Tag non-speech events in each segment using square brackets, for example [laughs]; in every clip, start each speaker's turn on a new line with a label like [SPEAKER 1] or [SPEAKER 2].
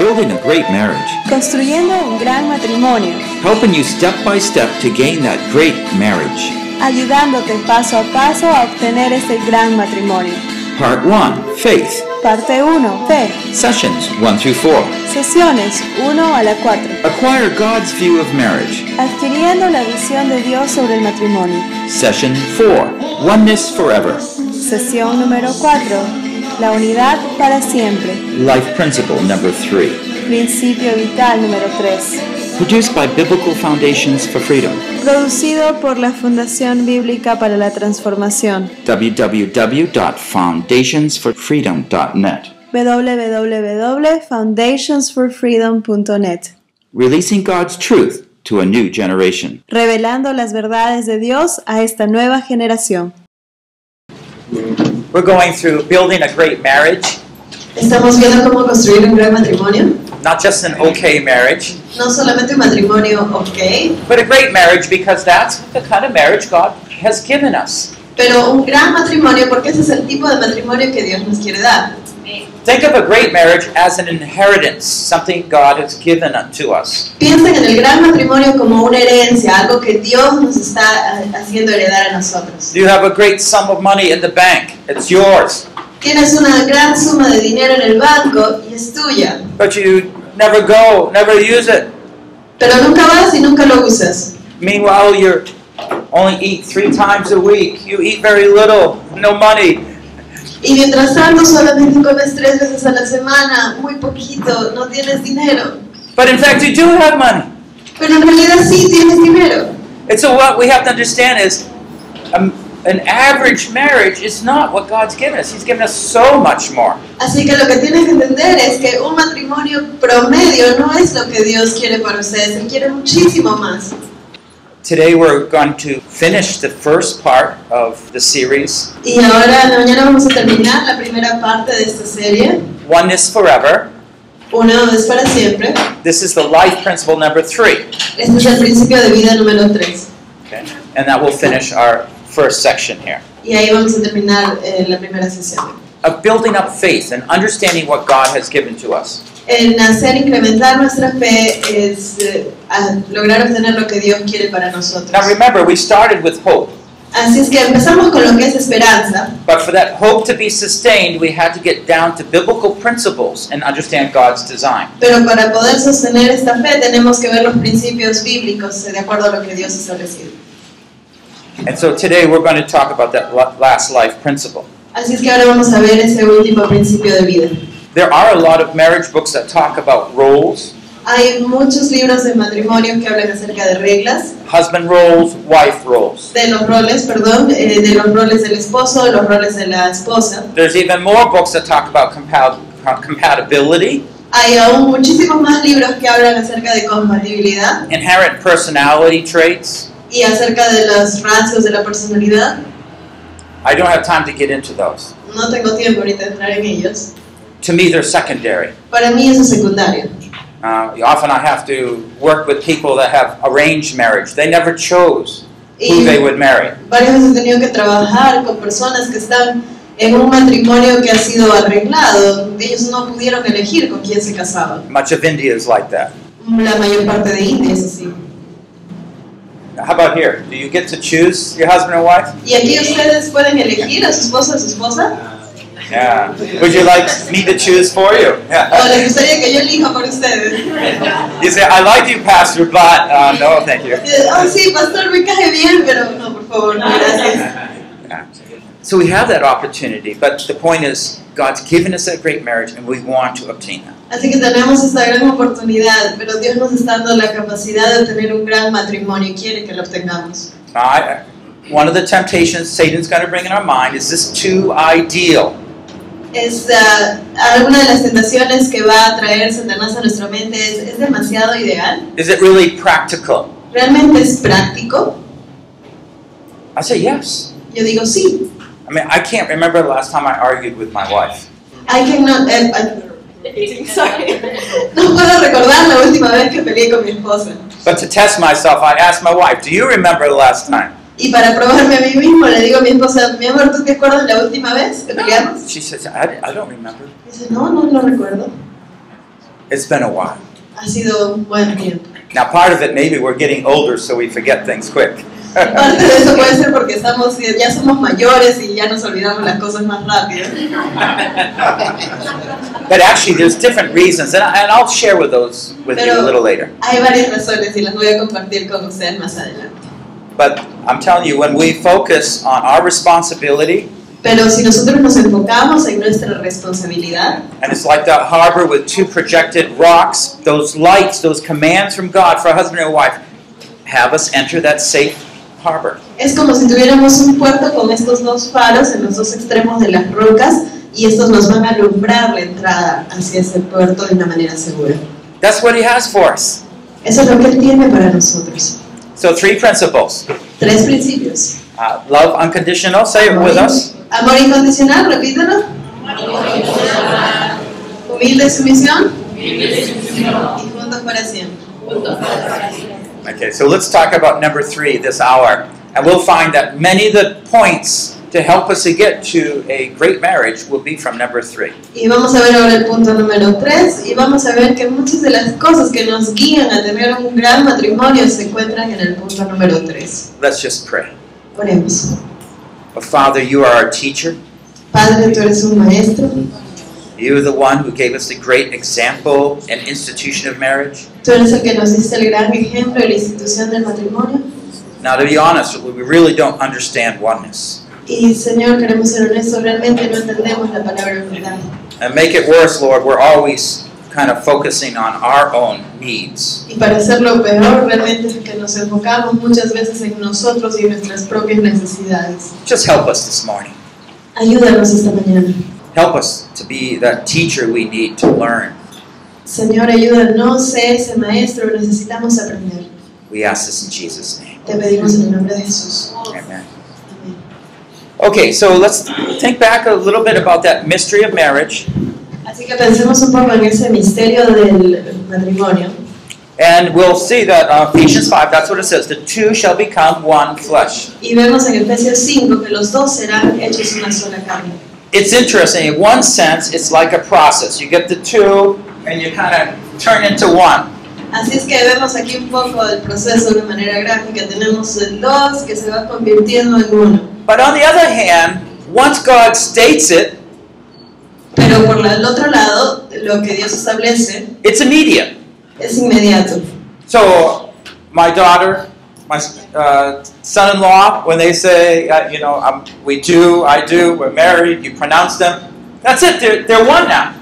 [SPEAKER 1] Building a great marriage.
[SPEAKER 2] Construyendo un gran matrimonio,
[SPEAKER 1] Helping you step by step to gain that great marriage.
[SPEAKER 2] ayudándote paso a paso a obtener ese gran matrimonio.
[SPEAKER 1] Part 1 Faith.
[SPEAKER 2] Parte 1. Fe.
[SPEAKER 1] Sessions 1 through 4.
[SPEAKER 2] Sesiones 1 a la 4.
[SPEAKER 1] Acquire God's view of marriage.
[SPEAKER 2] Adquiriendo la visión de Dios sobre el matrimonio.
[SPEAKER 1] Session 4 Oneness Forever.
[SPEAKER 2] Sesión número 4. La unidad para siempre.
[SPEAKER 1] Life Principle number 3.
[SPEAKER 2] Principio vital número 3.
[SPEAKER 1] Produced by Biblical Foundations for Freedom.
[SPEAKER 2] Producido por la Fundación Bíblica para la Transformación.
[SPEAKER 1] www.foundationsforfreedom.net.
[SPEAKER 2] www.foundationsforfreedom.net.
[SPEAKER 1] Releasing God's truth to a new generation.
[SPEAKER 2] Revelando las verdades de Dios a esta nueva generación.
[SPEAKER 1] We're going through building a great marriage,
[SPEAKER 3] Estamos viendo cómo construir un gran matrimonio.
[SPEAKER 1] not just an okay marriage,
[SPEAKER 3] No solamente un matrimonio ok,
[SPEAKER 1] but a great marriage because that's the kind of marriage God has given us.
[SPEAKER 3] pero un gran matrimonio porque ese es el tipo de matrimonio que Dios nos quiere dar.
[SPEAKER 1] Think of a great marriage as an inheritance, something God has given to us.
[SPEAKER 3] Piensen en el gran matrimonio como una herencia, algo que Dios nos está eh, haciendo heredar a nosotros.
[SPEAKER 1] You have a great sum of money in the bank, it's yours,
[SPEAKER 3] Tienes una gran suma de dinero en el banco y es tuya,
[SPEAKER 1] but you never go, never use it.
[SPEAKER 3] pero nunca vas y nunca lo usas.
[SPEAKER 1] Meanwhile, you're only eat three times a week. You eat very little, no money.
[SPEAKER 3] Y mientras tanto solamente comes tres veces a la semana, muy poquito, no tienes dinero.
[SPEAKER 1] But in fact, you do have money.
[SPEAKER 3] Pero en realidad sí tienes dinero.
[SPEAKER 1] And so, what we have to understand is um, an average marriage is not what God's given us. He's given us so much more.
[SPEAKER 3] Así que lo que tienes que entender es que un matrimonio promedio no es lo que Dios quiere para ustedes, Él quiere muchísimo más.
[SPEAKER 1] Today, we're going to finish the first part of the series,
[SPEAKER 3] Y ahora, mañana vamos a terminar la primera parte de esta serie,
[SPEAKER 1] Oneness Forever.
[SPEAKER 3] Una vez para siempre.
[SPEAKER 1] This is the life principle number three,
[SPEAKER 3] Este es el principio de vida número 3.
[SPEAKER 1] and that will finish our first section here
[SPEAKER 3] Y ahí vamos a terminar eh, la primera sesión.
[SPEAKER 1] of building up faith and understanding what God has given to us.
[SPEAKER 3] En hacer incrementar nuestra fe es eh, a lograr obtener lo que Dios quiere para
[SPEAKER 1] Now
[SPEAKER 3] nosotros.
[SPEAKER 1] remember, we started with hope,
[SPEAKER 3] Así es que empezamos con lo que es esperanza.
[SPEAKER 1] but for that hope to be sustained, we had to get down to biblical principles and understand God's design.
[SPEAKER 3] Pero para poder sostener esta fe tenemos que ver los principios bíblicos eh, de acuerdo a lo que Dios ha establecido.
[SPEAKER 1] And so today we're going to talk about that la- last life principle.
[SPEAKER 3] Así es que ahora vamos a ver ese último principio de vida.
[SPEAKER 1] There are a lot of marriage books that talk about roles
[SPEAKER 3] Hay muchos libros de matrimonio que hablan acerca de reglas,
[SPEAKER 1] husband roles, wife roles.
[SPEAKER 3] de los roles, perdón, eh, de los roles del esposo, de los roles de la esposa.
[SPEAKER 1] There's even more books that talk about compa- com- compatibility,
[SPEAKER 3] Hay aún muchísimos más libros que hablan acerca de compatibilidad
[SPEAKER 1] inherent personality traits.
[SPEAKER 3] y acerca de los rasgos de la personalidad.
[SPEAKER 1] I don't have time to get into those.
[SPEAKER 3] No tengo tiempo ahorita de entrar en ellos.
[SPEAKER 1] To me, they're secondary.
[SPEAKER 3] Para mí eso es secundario.
[SPEAKER 1] Uh, often I have to work with people that have arranged marriage. They never chose who
[SPEAKER 3] Y-
[SPEAKER 1] they would marry.
[SPEAKER 3] Varias veces he tenido que trabajar con personas que están en un matrimonio que ha sido arreglado. Ellos no pudieron elegir con quién se casaban.
[SPEAKER 1] Much of India is like that.
[SPEAKER 3] La mayor parte de India es así.
[SPEAKER 1] How about here? Do you get to choose your husband or wife?
[SPEAKER 3] Y aquí ustedes pueden elegir a su esposo o a su esposa.
[SPEAKER 1] Yeah. Would you like me to choose for you? [laughs]
[SPEAKER 3] O les
[SPEAKER 1] Yeah.
[SPEAKER 3] gustaría que yo elija por ustedes.
[SPEAKER 1] You say, I like you, Pastor, but uh, no, thank you.
[SPEAKER 3] Y, Oh, sí, pastor, me cae bien, pero no, por favor, no, gracias.
[SPEAKER 1] [coughs] So we have that opportunity, but the point is, God's given us that great marriage, and we want to obtain that.
[SPEAKER 3] Así que tenemos esta gran oportunidad, pero Dios nos está dando la capacidad de tener un gran matrimonio y quiere que lo obtengamos.
[SPEAKER 1] Now, I, one of the temptations Satan's going to bring in our mind is this too ideal.
[SPEAKER 3] Es, ah, alguna de las tentaciones que va a traer Satanás a nuestra mente es, ¿es demasiado ideal?
[SPEAKER 1] Is it really practical?
[SPEAKER 3] ¿Realmente es práctico?
[SPEAKER 1] I say yes.
[SPEAKER 3] Yo digo sí.
[SPEAKER 1] I mean, I can't remember the last time I argued with my wife.
[SPEAKER 3] I cannot- eh, I- sorry. [laughs] No puedo recordar la última vez que peleé con mi esposa.
[SPEAKER 1] But to test myself, I asked my wife, "Do you remember the last time?"
[SPEAKER 3] Y para probarme a mí mismo le digo a mi esposa, mi amor, ¿tú te acuerdas la última vez que peleamos?
[SPEAKER 1] She says, "I, I don't remember."
[SPEAKER 3] Dice, no, no lo recuerdo.
[SPEAKER 4] It's been a while.
[SPEAKER 3] Ha sido un buen tiempo.
[SPEAKER 4] Now, part of it, maybe we're getting older, so we forget
[SPEAKER 1] [laughs]
[SPEAKER 4] things quick.
[SPEAKER 3] Parte de eso puede ser porque estamos, ya somos mayores y ya nos olvidamos las cosas más rápido.
[SPEAKER 4] But actually, there's different reasons, and, I, and I'll share with those with you a little later.
[SPEAKER 3] Hay varias razones y las voy a compartir con ustedes más adelante.
[SPEAKER 4] But I'm telling you, when we focus on our responsibility,
[SPEAKER 3] Pero si nosotros nos enfocamos en nuestra responsabilidad,
[SPEAKER 4] and it's like that harbor with two projected rocks, those lights, those commands from God for a husband and a wife, have us enter that safe harbor.
[SPEAKER 3] es como si tuviéramos un puerto con estos dos faros en los dos extremos de las rocas y estos nos van a alumbrar la entrada hacia ese puerto de una manera segura.
[SPEAKER 4] That's what He has for us.
[SPEAKER 3] Eso es lo que Él tiene para nosotros.
[SPEAKER 4] So, three principles
[SPEAKER 3] Tres principios.
[SPEAKER 4] uh, love unconditional, say it with us.
[SPEAKER 3] Amor incondicional, repítelo. Humilde sumisión. Y juntos para siempre.
[SPEAKER 4] Okay, so let's talk about number three this hour. And we'll find that many of the points to help us to get to a great marriage will be from number three.
[SPEAKER 3] Y vamos a ver ahora el punto número 3 y vamos a ver que muchas de las cosas que nos guían a tener un gran matrimonio se encuentran en el punto número 3.
[SPEAKER 4] Let's just pray.
[SPEAKER 3] Oremos.
[SPEAKER 4] Oh, Father, you are our teacher.
[SPEAKER 3] Padre, tú eres un maestro,
[SPEAKER 4] You are the one who gave us the great example and institution of marriage.
[SPEAKER 3] tú eres el que nos diste el gran ejemplo y la institución del matrimonio.
[SPEAKER 4] Now, to be honest, we really don't understand oneness.
[SPEAKER 3] Y Señor, queremos ser honestos, realmente no entendemos la palabra unidad.
[SPEAKER 4] And make it worse, Lord, we're always kind of focusing on our own needs.
[SPEAKER 3] Y para hacerlo peor, realmente es que nos enfocamos muchas veces en nosotros y en nuestras propias necesidades.
[SPEAKER 4] Just help us this morning.
[SPEAKER 3] Ayúdanos esta mañana.
[SPEAKER 4] Help us to be that teacher we need to learn.
[SPEAKER 3] Señor, ayúdanos, sé ese maestro, necesitamos aprender.
[SPEAKER 4] We ask this in Jesus' name.
[SPEAKER 3] Te pedimos en el nombre de Jesús.
[SPEAKER 4] Amen.
[SPEAKER 3] Amén.
[SPEAKER 4] Okay, so let's think back a little bit about that mystery of marriage.
[SPEAKER 3] Así que pensemos un poco en ese misterio del matrimonio.
[SPEAKER 4] And we'll see that uh, Ephesians 5, that's what it says the two shall become one flesh.
[SPEAKER 3] Y vemos en Efesios 5 que los dos serán hechos una sola carne.
[SPEAKER 4] It's interesting. In one sense, it's like a process. You get the two and you kind of turn into one.
[SPEAKER 3] Así es que vemos aquí un poco el proceso de una manera gráfica. Tenemos el 2 que se va convirtiendo en uno.
[SPEAKER 4] But on the other hand, once God states it,
[SPEAKER 3] Pero por la- el otro lado, lo que Dios establece
[SPEAKER 4] it's immediate.
[SPEAKER 3] es inmediato.
[SPEAKER 4] So, my daughter, my uh, son in law, when they say, uh, you know, um, we do, I do, we're married, you pronounce them, that's it, they're, they're one now.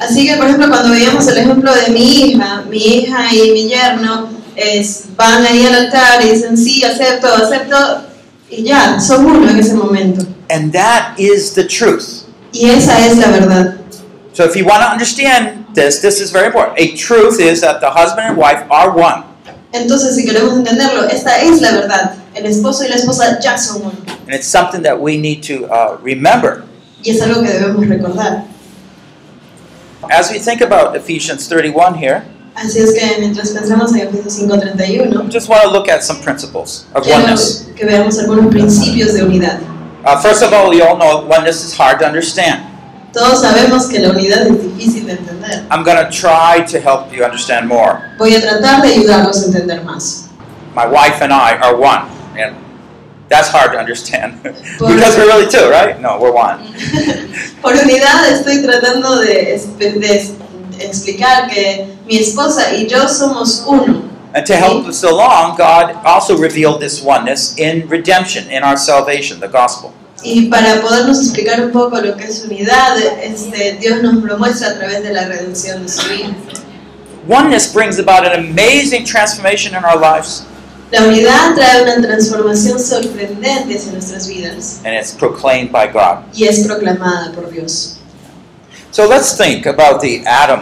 [SPEAKER 3] Así que, por ejemplo, cuando veíamos el ejemplo de mi hija, mi hija y mi yerno es, van ahí al altar y dicen, sí, acepto, acepto, y ya, son uno en ese momento.
[SPEAKER 4] And that is the truth.
[SPEAKER 3] Y esa es la verdad.
[SPEAKER 4] So, if you want to understand this, this is very important. A truth is that the husband and wife are one.
[SPEAKER 3] Entonces, si queremos entenderlo, esta es la verdad. El esposo y la esposa ya son uno.
[SPEAKER 4] And it's something that we need to uh, remember.
[SPEAKER 3] Y es algo que debemos recordar.
[SPEAKER 4] As we think about Ephesians 31 here,
[SPEAKER 3] Así es que mientras pensamos en Efesios 5.31,
[SPEAKER 4] I just want to look at some principles of
[SPEAKER 3] quiero
[SPEAKER 4] oneness.
[SPEAKER 3] que veamos algunos principios de unidad.
[SPEAKER 4] Uh, first of all, we all know oneness is hard to understand.
[SPEAKER 3] Todos sabemos que la unidad es difícil de entender.
[SPEAKER 4] I'm going to try to help you understand more.
[SPEAKER 3] Voy a tratar de ayudarlos a entender más.
[SPEAKER 4] My wife and I are one, and that's hard to understand [laughs] because
[SPEAKER 3] Por,
[SPEAKER 4] we're really two, right? No, we're one.
[SPEAKER 3] [laughs] por unidad estoy tratando de, es- de es- de explicar que mi esposa y yo somos uno.
[SPEAKER 4] And to help us along, God also revealed this oneness in redemption, in our salvation, the gospel.
[SPEAKER 3] Y para podernos explicar un poco lo que es unidad, este, Dios nos lo muestra a través de la redención de su Hijo.
[SPEAKER 4] Oneness brings about an amazing transformation in our lives,
[SPEAKER 3] La unidad trae una transformación sorprendente hacia nuestras vidas
[SPEAKER 4] and it's proclaimed by God.
[SPEAKER 3] y es proclamada por Dios.
[SPEAKER 4] So let's think about the atom.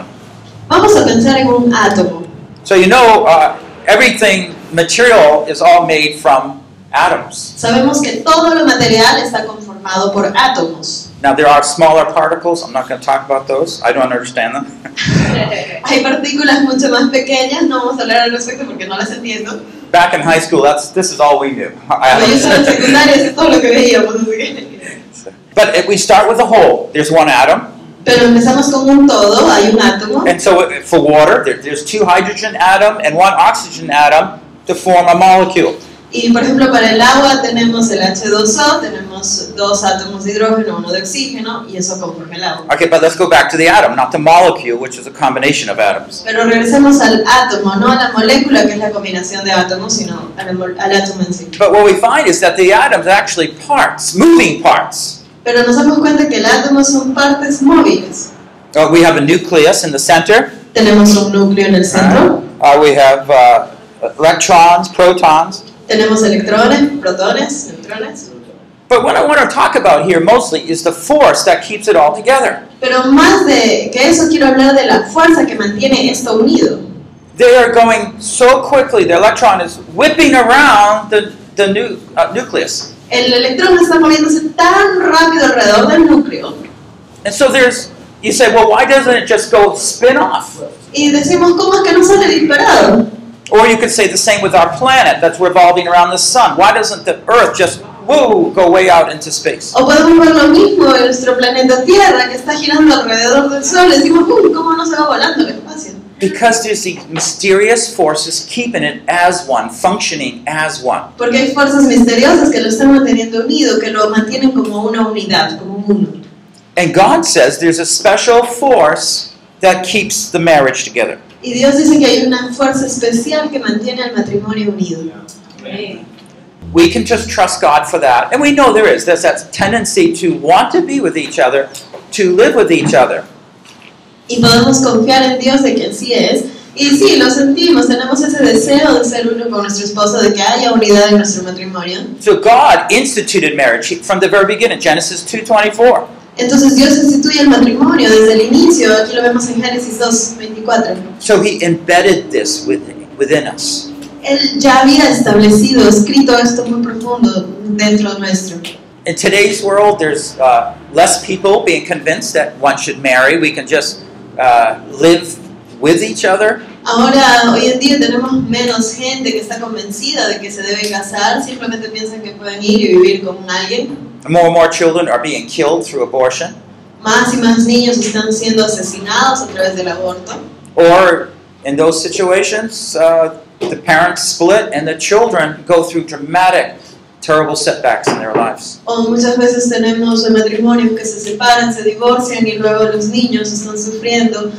[SPEAKER 3] Vamos a pensar en un átomo.
[SPEAKER 4] So you know, uh, everything material is all made from atoms.
[SPEAKER 3] Sabemos que todo lo material está conformado por átomos.
[SPEAKER 4] Now there are smaller particles. I'm not going to talk about those. I don't understand them.
[SPEAKER 3] Hay partículas mucho más pequeñas, no vamos a hablar al respecto porque no las entiendo.
[SPEAKER 4] Back in high school, that's this is all we knew. [laughs]
[SPEAKER 3] Cuando yo estaba en pues,
[SPEAKER 4] Atoms. [laughs]
[SPEAKER 3] secundaria, eso es todo lo que veíamos. así que-
[SPEAKER 4] but if we start with a whole. There's one atom,
[SPEAKER 3] Pero empezamos con un todo, hay un átomo.
[SPEAKER 4] And so it- for water, there, there's two hydrogen atom and one oxygen atom to form a molecule.
[SPEAKER 3] Y por ejemplo, para el agua tenemos el H2O, tenemos dos átomos de hidrógeno, uno de oxígeno, y eso conforma el agua.
[SPEAKER 4] Okay, but let's go back to the atom, not the molecule, which is a combination of atoms.
[SPEAKER 3] Pero regresemos al átomo, no a la molécula, que es la combinación de átomos, sino al, mol- al átomo en sí.
[SPEAKER 4] But what we find is that the atoms are actually parts, moving parts.
[SPEAKER 3] Pero nos damos cuenta que el átomo son partes móviles.
[SPEAKER 4] Uh, we have a nucleus in the center.
[SPEAKER 3] Tenemos un núcleo en el centro,
[SPEAKER 4] Uh, we have uh, electrons, protons.
[SPEAKER 3] tenemos electrones, protones, neutrones.
[SPEAKER 4] But what I want to talk about here mostly is the force that keeps it all together.
[SPEAKER 3] Pero más de que eso quiero hablar de la fuerza que mantiene esto unido.
[SPEAKER 4] They are going so quickly, the electron is whipping around the, the nu- uh, nucleus.
[SPEAKER 3] El electrón está moviéndose tan rápido alrededor del núcleo
[SPEAKER 4] And so there's, you say, well, why doesn't it just go spin off?
[SPEAKER 3] y decimos, ¿cómo es que no sale disparado?
[SPEAKER 4] Or you could say the same with our planet that's revolving around the sun. Why doesn't the Earth just, woo, go way out into space?
[SPEAKER 3] O podemos ver lo mismo en nuestro planeta Tierra que está girando alrededor del Sol. Decimos, "Uy, ¿cómo no se va volando el espacio?
[SPEAKER 4] Because there's these mysterious forces keeping it as one, functioning as one.
[SPEAKER 3] Porque hay fuerzas misteriosas que lo están manteniendo unido, que lo mantienen como una unidad, como un uno.
[SPEAKER 4] And God says there's a special force that keeps the marriage together.
[SPEAKER 3] Y Dios dice que hay una fuerza especial que mantiene al matrimonio unido.
[SPEAKER 4] We can just trust God for that. And we know there is. There's that tendency to want to be with each other, to live with each other.
[SPEAKER 3] Y podemos confiar en Dios de que así es. Y sí, lo sentimos, tenemos ese deseo de ser uno con nuestro esposo, de que haya unidad en nuestro matrimonio.
[SPEAKER 4] So God instituted marriage from the very beginning, Genesis 2:24.
[SPEAKER 3] Entonces Dios instituye el matrimonio desde el inicio, aquí lo vemos en Génesis 2.24.
[SPEAKER 4] So he embedded this within, within us.
[SPEAKER 3] Él ya había establecido, escrito esto muy profundo dentro nuestro.
[SPEAKER 4] In today's world, there's uh, less people being convinced that one should marry. We can just uh, live with each other.
[SPEAKER 3] Ahora, hoy en día tenemos menos gente que está convencida de que se debe casar, simplemente piensan que pueden ir y vivir con alguien.
[SPEAKER 4] More and more children are being killed through abortion,
[SPEAKER 3] Más y más niños están siendo asesinados a través del aborto.
[SPEAKER 4] or in those situations, uh, the parents split and the children go through dramatic, terrible setbacks in their lives.
[SPEAKER 3] O muchas veces tenemos matrimonios que se separan, se divorcian y luego los niños están sufriendo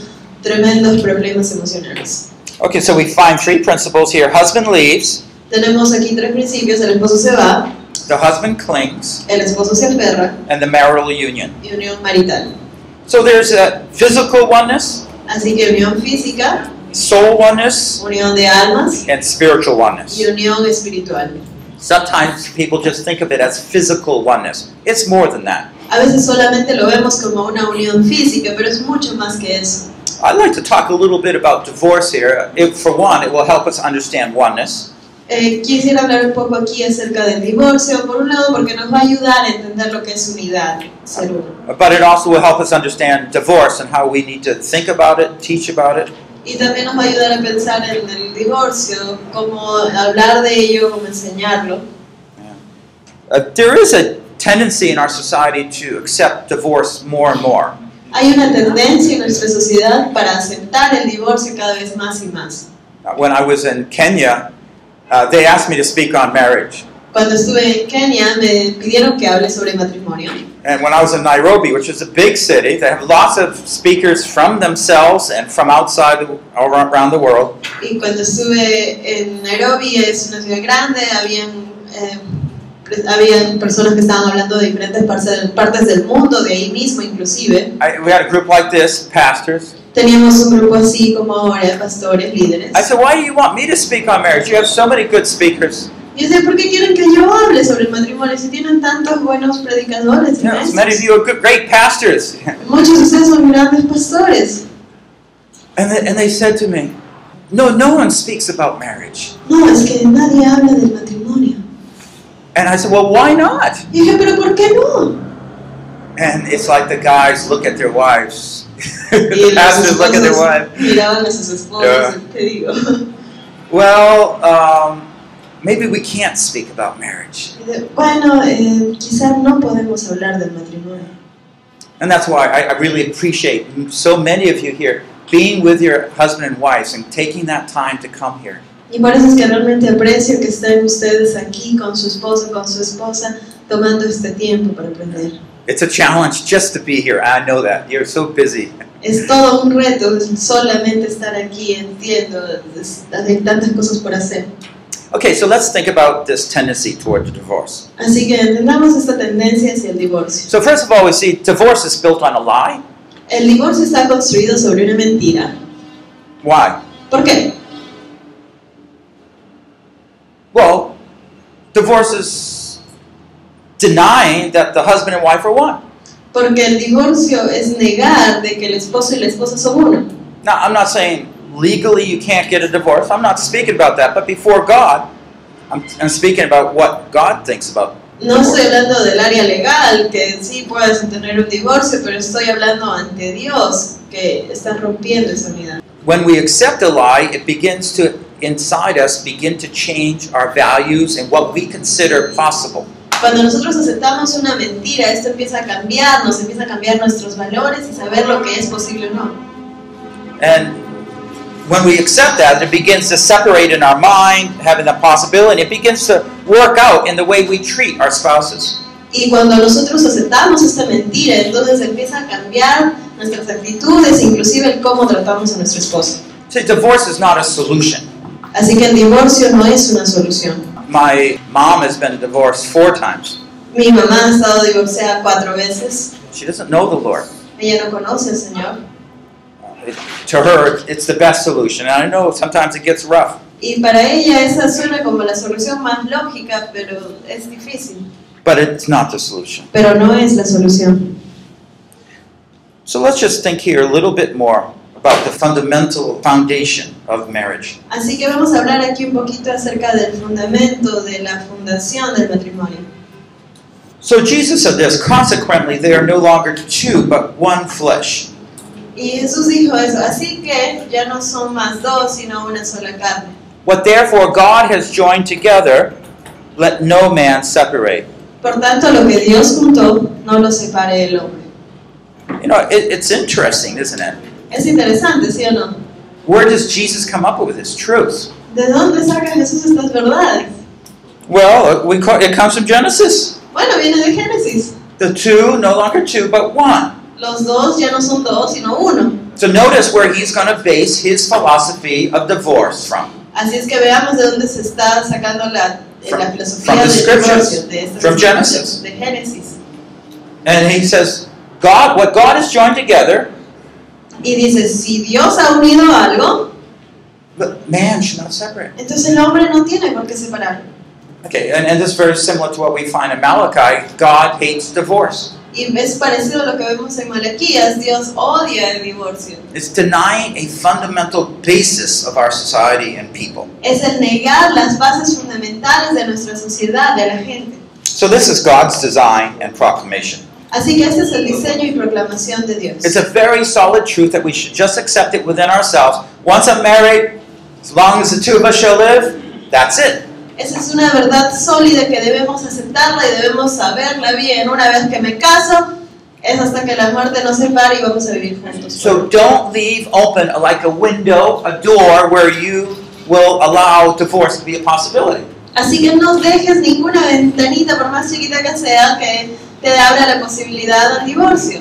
[SPEAKER 3] tremendos problemas emocionales.
[SPEAKER 4] Okay, so we find three principles here. Husband leaves,
[SPEAKER 3] Tenemos aquí tres principios, el esposo se va,
[SPEAKER 4] the husband clings,
[SPEAKER 3] el esposo se aferra
[SPEAKER 4] and the marital union.
[SPEAKER 3] y unión marital.
[SPEAKER 4] So there's a physical oneness,
[SPEAKER 3] Así que unión física,
[SPEAKER 4] soul oneness,
[SPEAKER 3] unión de almas
[SPEAKER 4] and spiritual
[SPEAKER 3] y
[SPEAKER 4] oneness.
[SPEAKER 3] unión espiritual.
[SPEAKER 4] Sometimes people just think of it as physical oneness. It's more than that.
[SPEAKER 3] A veces solamente lo vemos como una unión física, pero es mucho más que eso.
[SPEAKER 4] I'd like to talk a little bit about divorce here. It, for one, it will help us understand oneness.
[SPEAKER 3] Eh, quisiera hablar un poco aquí acerca del divorcio, por un lado porque nos va a ayudar a entender lo que es unidad, ser uno.
[SPEAKER 4] But it also will help us understand divorce and how we need to think about it, teach about it.
[SPEAKER 3] Y también nos va a ayudar a pensar en el divorcio, cómo hablar de ello, cómo enseñarlo.
[SPEAKER 4] Uh, there is a tendency in our society to accept divorce more and more.
[SPEAKER 3] Hay una tendencia en nuestra sociedad para aceptar el divorcio cada vez más y más.
[SPEAKER 4] Uh, When I was in Kenya, uh, they asked me to speak on marriage.
[SPEAKER 3] Cuando estuve en Kenia me pidieron que hable sobre matrimonio.
[SPEAKER 4] And when I was in Nairobi, which is a big city, they have lots of speakers from themselves and from outside the, all around the world.
[SPEAKER 3] Y cuando estuve en Nairobi, es una ciudad grande, habían, eh, pres- habían personas que estaban hablando de diferentes partes, partes del mundo, de ahí mismo inclusive.
[SPEAKER 4] I, we had a group like this, pastors.
[SPEAKER 3] Teníamos un grupo así como ahora, pastores, líderes.
[SPEAKER 4] I said, Why do you want me to speak on marriage? You have so many good speakers.
[SPEAKER 3] Y yo decía, ¿por qué quieren que yo hable sobre el matrimonio si tienen tantos buenos predicadores? y
[SPEAKER 4] You know, many
[SPEAKER 3] maestros?
[SPEAKER 4] of you are good, great pastors. [laughs] And,
[SPEAKER 3] Muchos de ustedes son grandes pastores.
[SPEAKER 4] they, and they said to me, No, no one speaks about marriage.
[SPEAKER 3] No, es que nadie habla del matrimonio.
[SPEAKER 4] And I said, Well, why not?
[SPEAKER 3] Y dije, pero ¿por qué no?
[SPEAKER 4] And it's like the guys look at their wives. the
[SPEAKER 3] los
[SPEAKER 4] pastors look at their
[SPEAKER 3] esposos
[SPEAKER 4] wives.
[SPEAKER 3] Miraban a sus esposas, te digo.
[SPEAKER 4] Well, um, maybe we can't speak about marriage.
[SPEAKER 3] Y de- Bueno, eh, quizás no podemos hablar del matrimonio.
[SPEAKER 4] And that's why I, I really appreciate so many of you here being with your husband and wives and taking that time to come here.
[SPEAKER 3] Y por eso es que realmente aprecio que estén ustedes aquí con su esposo, con su esposa, tomando este tiempo para aprender.
[SPEAKER 4] It's a challenge just to be here. I know that. You're so busy.
[SPEAKER 3] Es todo un reto es solamente estar aquí, entiendo, es- hay tantas cosas por hacer.
[SPEAKER 4] Okay, so let's think about this tendency toward the divorce.
[SPEAKER 3] Así que entendamos esta tendencia hacia el divorcio.
[SPEAKER 4] So, first of all, we see divorce is built on a lie.
[SPEAKER 3] El divorcio está construido sobre una mentira.
[SPEAKER 4] Why?
[SPEAKER 3] ¿Por qué?
[SPEAKER 4] Well, divorce is denying that the husband and wife are one.
[SPEAKER 3] Porque el divorcio es negar de que el esposo y la esposa son uno.
[SPEAKER 4] Now, I'm not saying legally you can't get a divorce. I'm not speaking about that. But before God, I'm, I'm speaking about what God thinks about
[SPEAKER 3] No estoy hablando del área legal, que sí puedes tener un divorcio, pero estoy hablando ante Dios, que estás rompiendo esa unidad.
[SPEAKER 4] When we accept a lie, it begins to, inside us, begin to change our values and what we consider possible.
[SPEAKER 3] Cuando nosotros aceptamos una mentira, esto empieza a cambiarnos, empieza a cambiar nuestros valores y saber lo que es posible o no.
[SPEAKER 4] And when we accept that, it begins to separate in our mind, having the possibility. It begins to work out in the way we treat our spouses.
[SPEAKER 3] Y cuando nosotros aceptamos esta mentira, entonces empieza a cambiar nuestras actitudes, inclusive el cómo tratamos a nuestro esposo.
[SPEAKER 4] See, divorce is not a solution.
[SPEAKER 3] Así que el divorcio no es una solución.
[SPEAKER 4] My mom has been divorced four times.
[SPEAKER 3] Mi mamá ha estado divorciada cuatro veces,
[SPEAKER 4] She doesn't know the Lord.
[SPEAKER 3] ella no conoce al Señor.
[SPEAKER 4] It- to her, it's the best solution. And I know sometimes it gets rough,
[SPEAKER 3] Y para ella esa suena como la solución más lógica, pero es difícil.
[SPEAKER 4] but it's not the solution.
[SPEAKER 3] Pero no es la solución.
[SPEAKER 4] So let's just think here a little bit more about the fundamental foundation of marriage.
[SPEAKER 3] Así que vamos a hablar aquí un poquito acerca del fundamento, de la fundación del matrimonio.
[SPEAKER 4] So Jesus said this consequently, they are no longer two, but one flesh.
[SPEAKER 3] Y Jesús dijo eso, así que ya no son más dos, sino una sola carne.
[SPEAKER 4] What therefore God has joined together, let no man separate.
[SPEAKER 3] Por tanto, lo que Dios juntó, no lo separe el hombre.
[SPEAKER 4] You know, it, it's interesting, isn't it?
[SPEAKER 3] Es interesante, ¿sí o no?
[SPEAKER 4] Where does Jesus come up with this truth?
[SPEAKER 3] ¿De dónde saca Jesús estas verdades?
[SPEAKER 4] Well, uh, we call, it comes from Genesis.
[SPEAKER 3] Bueno, viene de Génesis.
[SPEAKER 4] The two, no longer two, but one.
[SPEAKER 3] Los dos ya no son dos, sino uno.
[SPEAKER 4] So notice where he's going to base his philosophy of divorce from.
[SPEAKER 3] Así es que veamos de dónde se está sacando la, eh, la
[SPEAKER 4] From-
[SPEAKER 3] filosofía
[SPEAKER 4] from the
[SPEAKER 3] del
[SPEAKER 4] scriptures.
[SPEAKER 3] divorcio, de estas
[SPEAKER 4] From
[SPEAKER 3] escrituras,
[SPEAKER 4] Genesis.
[SPEAKER 3] De Génesis.
[SPEAKER 4] And he says, God, what God has joined together,
[SPEAKER 3] Y dice, si Dios ha unido algo,
[SPEAKER 4] but man should not separate.
[SPEAKER 3] entonces el hombre no tiene por qué separarlo.
[SPEAKER 4] Okay, and, and this is very similar to what we find in Malachi. God hates divorce.
[SPEAKER 3] Y es parecido a lo que vemos en Malaquías, Dios odia el divorcio.
[SPEAKER 4] It's denying a fundamental basis of our society and people.
[SPEAKER 3] Es el negar las bases fundamentales de nuestra sociedad, de la gente.
[SPEAKER 4] So this is God's design and proclamation.
[SPEAKER 3] Así que este es el diseño y proclamación de Dios.
[SPEAKER 4] It's a very solid truth that we should just accept it within ourselves. Once I'm married, as long as the two of us shall live, that's it.
[SPEAKER 3] Esa es una verdad sólida que debemos aceptarla y debemos saberla bien. Una vez que me caso, es hasta que la muerte nos separe y vamos a vivir juntos.
[SPEAKER 4] So don't leave open like a window, a door where you will allow divorce to be a possibility.
[SPEAKER 3] Así que no dejes ninguna ventanita, por más chiquita que sea, que te abra la posibilidad al divorcio.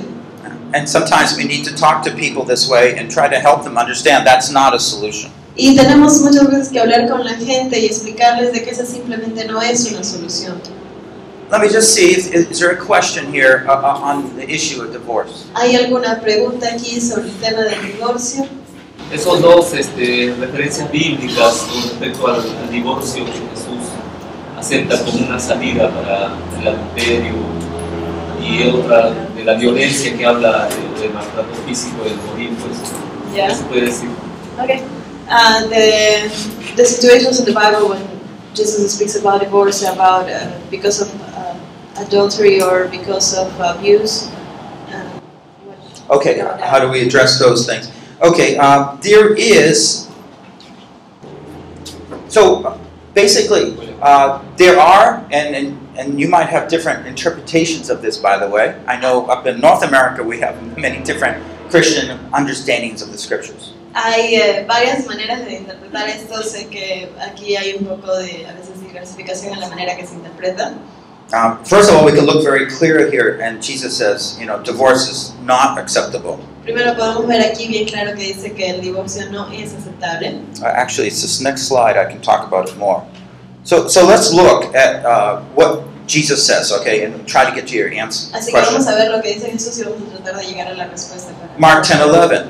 [SPEAKER 4] And sometimes we need to talk to people this way and try to help them understand that's not a solution.
[SPEAKER 3] Y tenemos muchas veces que hablar con la gente y explicarles de que esa simplemente no es una solución.
[SPEAKER 4] Let me just see, if, is there a question here uh, uh, on the issue of divorce?
[SPEAKER 3] ¿Hay alguna pregunta aquí sobre el tema del divorcio?
[SPEAKER 5] Esos dos este, referencias bíblicas con respecto al, al divorcio que Jesús acepta como una salida para el adulterio y otra de la violencia que habla de- del maltrato físico del morir, pues
[SPEAKER 3] Ya.
[SPEAKER 5] eso puede decir.
[SPEAKER 3] Okay. Uh, the the situations in the Bible when Jesus speaks about divorce, about uh, because of uh, adultery or because of abuse. Uh, what-
[SPEAKER 4] Okay, how do we address those things? Okay, uh, there is. So basically, Uh, there are, and, and, and you might have different interpretations of this, by the way. I know up in North America we have many different Christian understandings of the scriptures.
[SPEAKER 3] Hay eh, varias maneras de interpretar esto, sé que aquí hay un poco de a veces diversificación en la manera que se interpreta.
[SPEAKER 4] Um, first of all, we can look very clear here, and Jesus says, you know, divorce is not acceptable.
[SPEAKER 3] Primero podemos ver aquí bien claro que dice que el divorcio no es aceptable.
[SPEAKER 4] Uh, actually, it's this next slide. I can talk about it more. So, so let's look at uh, what Jesus says, okay, and try to get to your answer.
[SPEAKER 3] Así que vamos
[SPEAKER 4] Question.
[SPEAKER 3] a ver lo que dice Jesús y vamos a tratar de llegar a la respuesta. para-
[SPEAKER 4] Mark 10 11.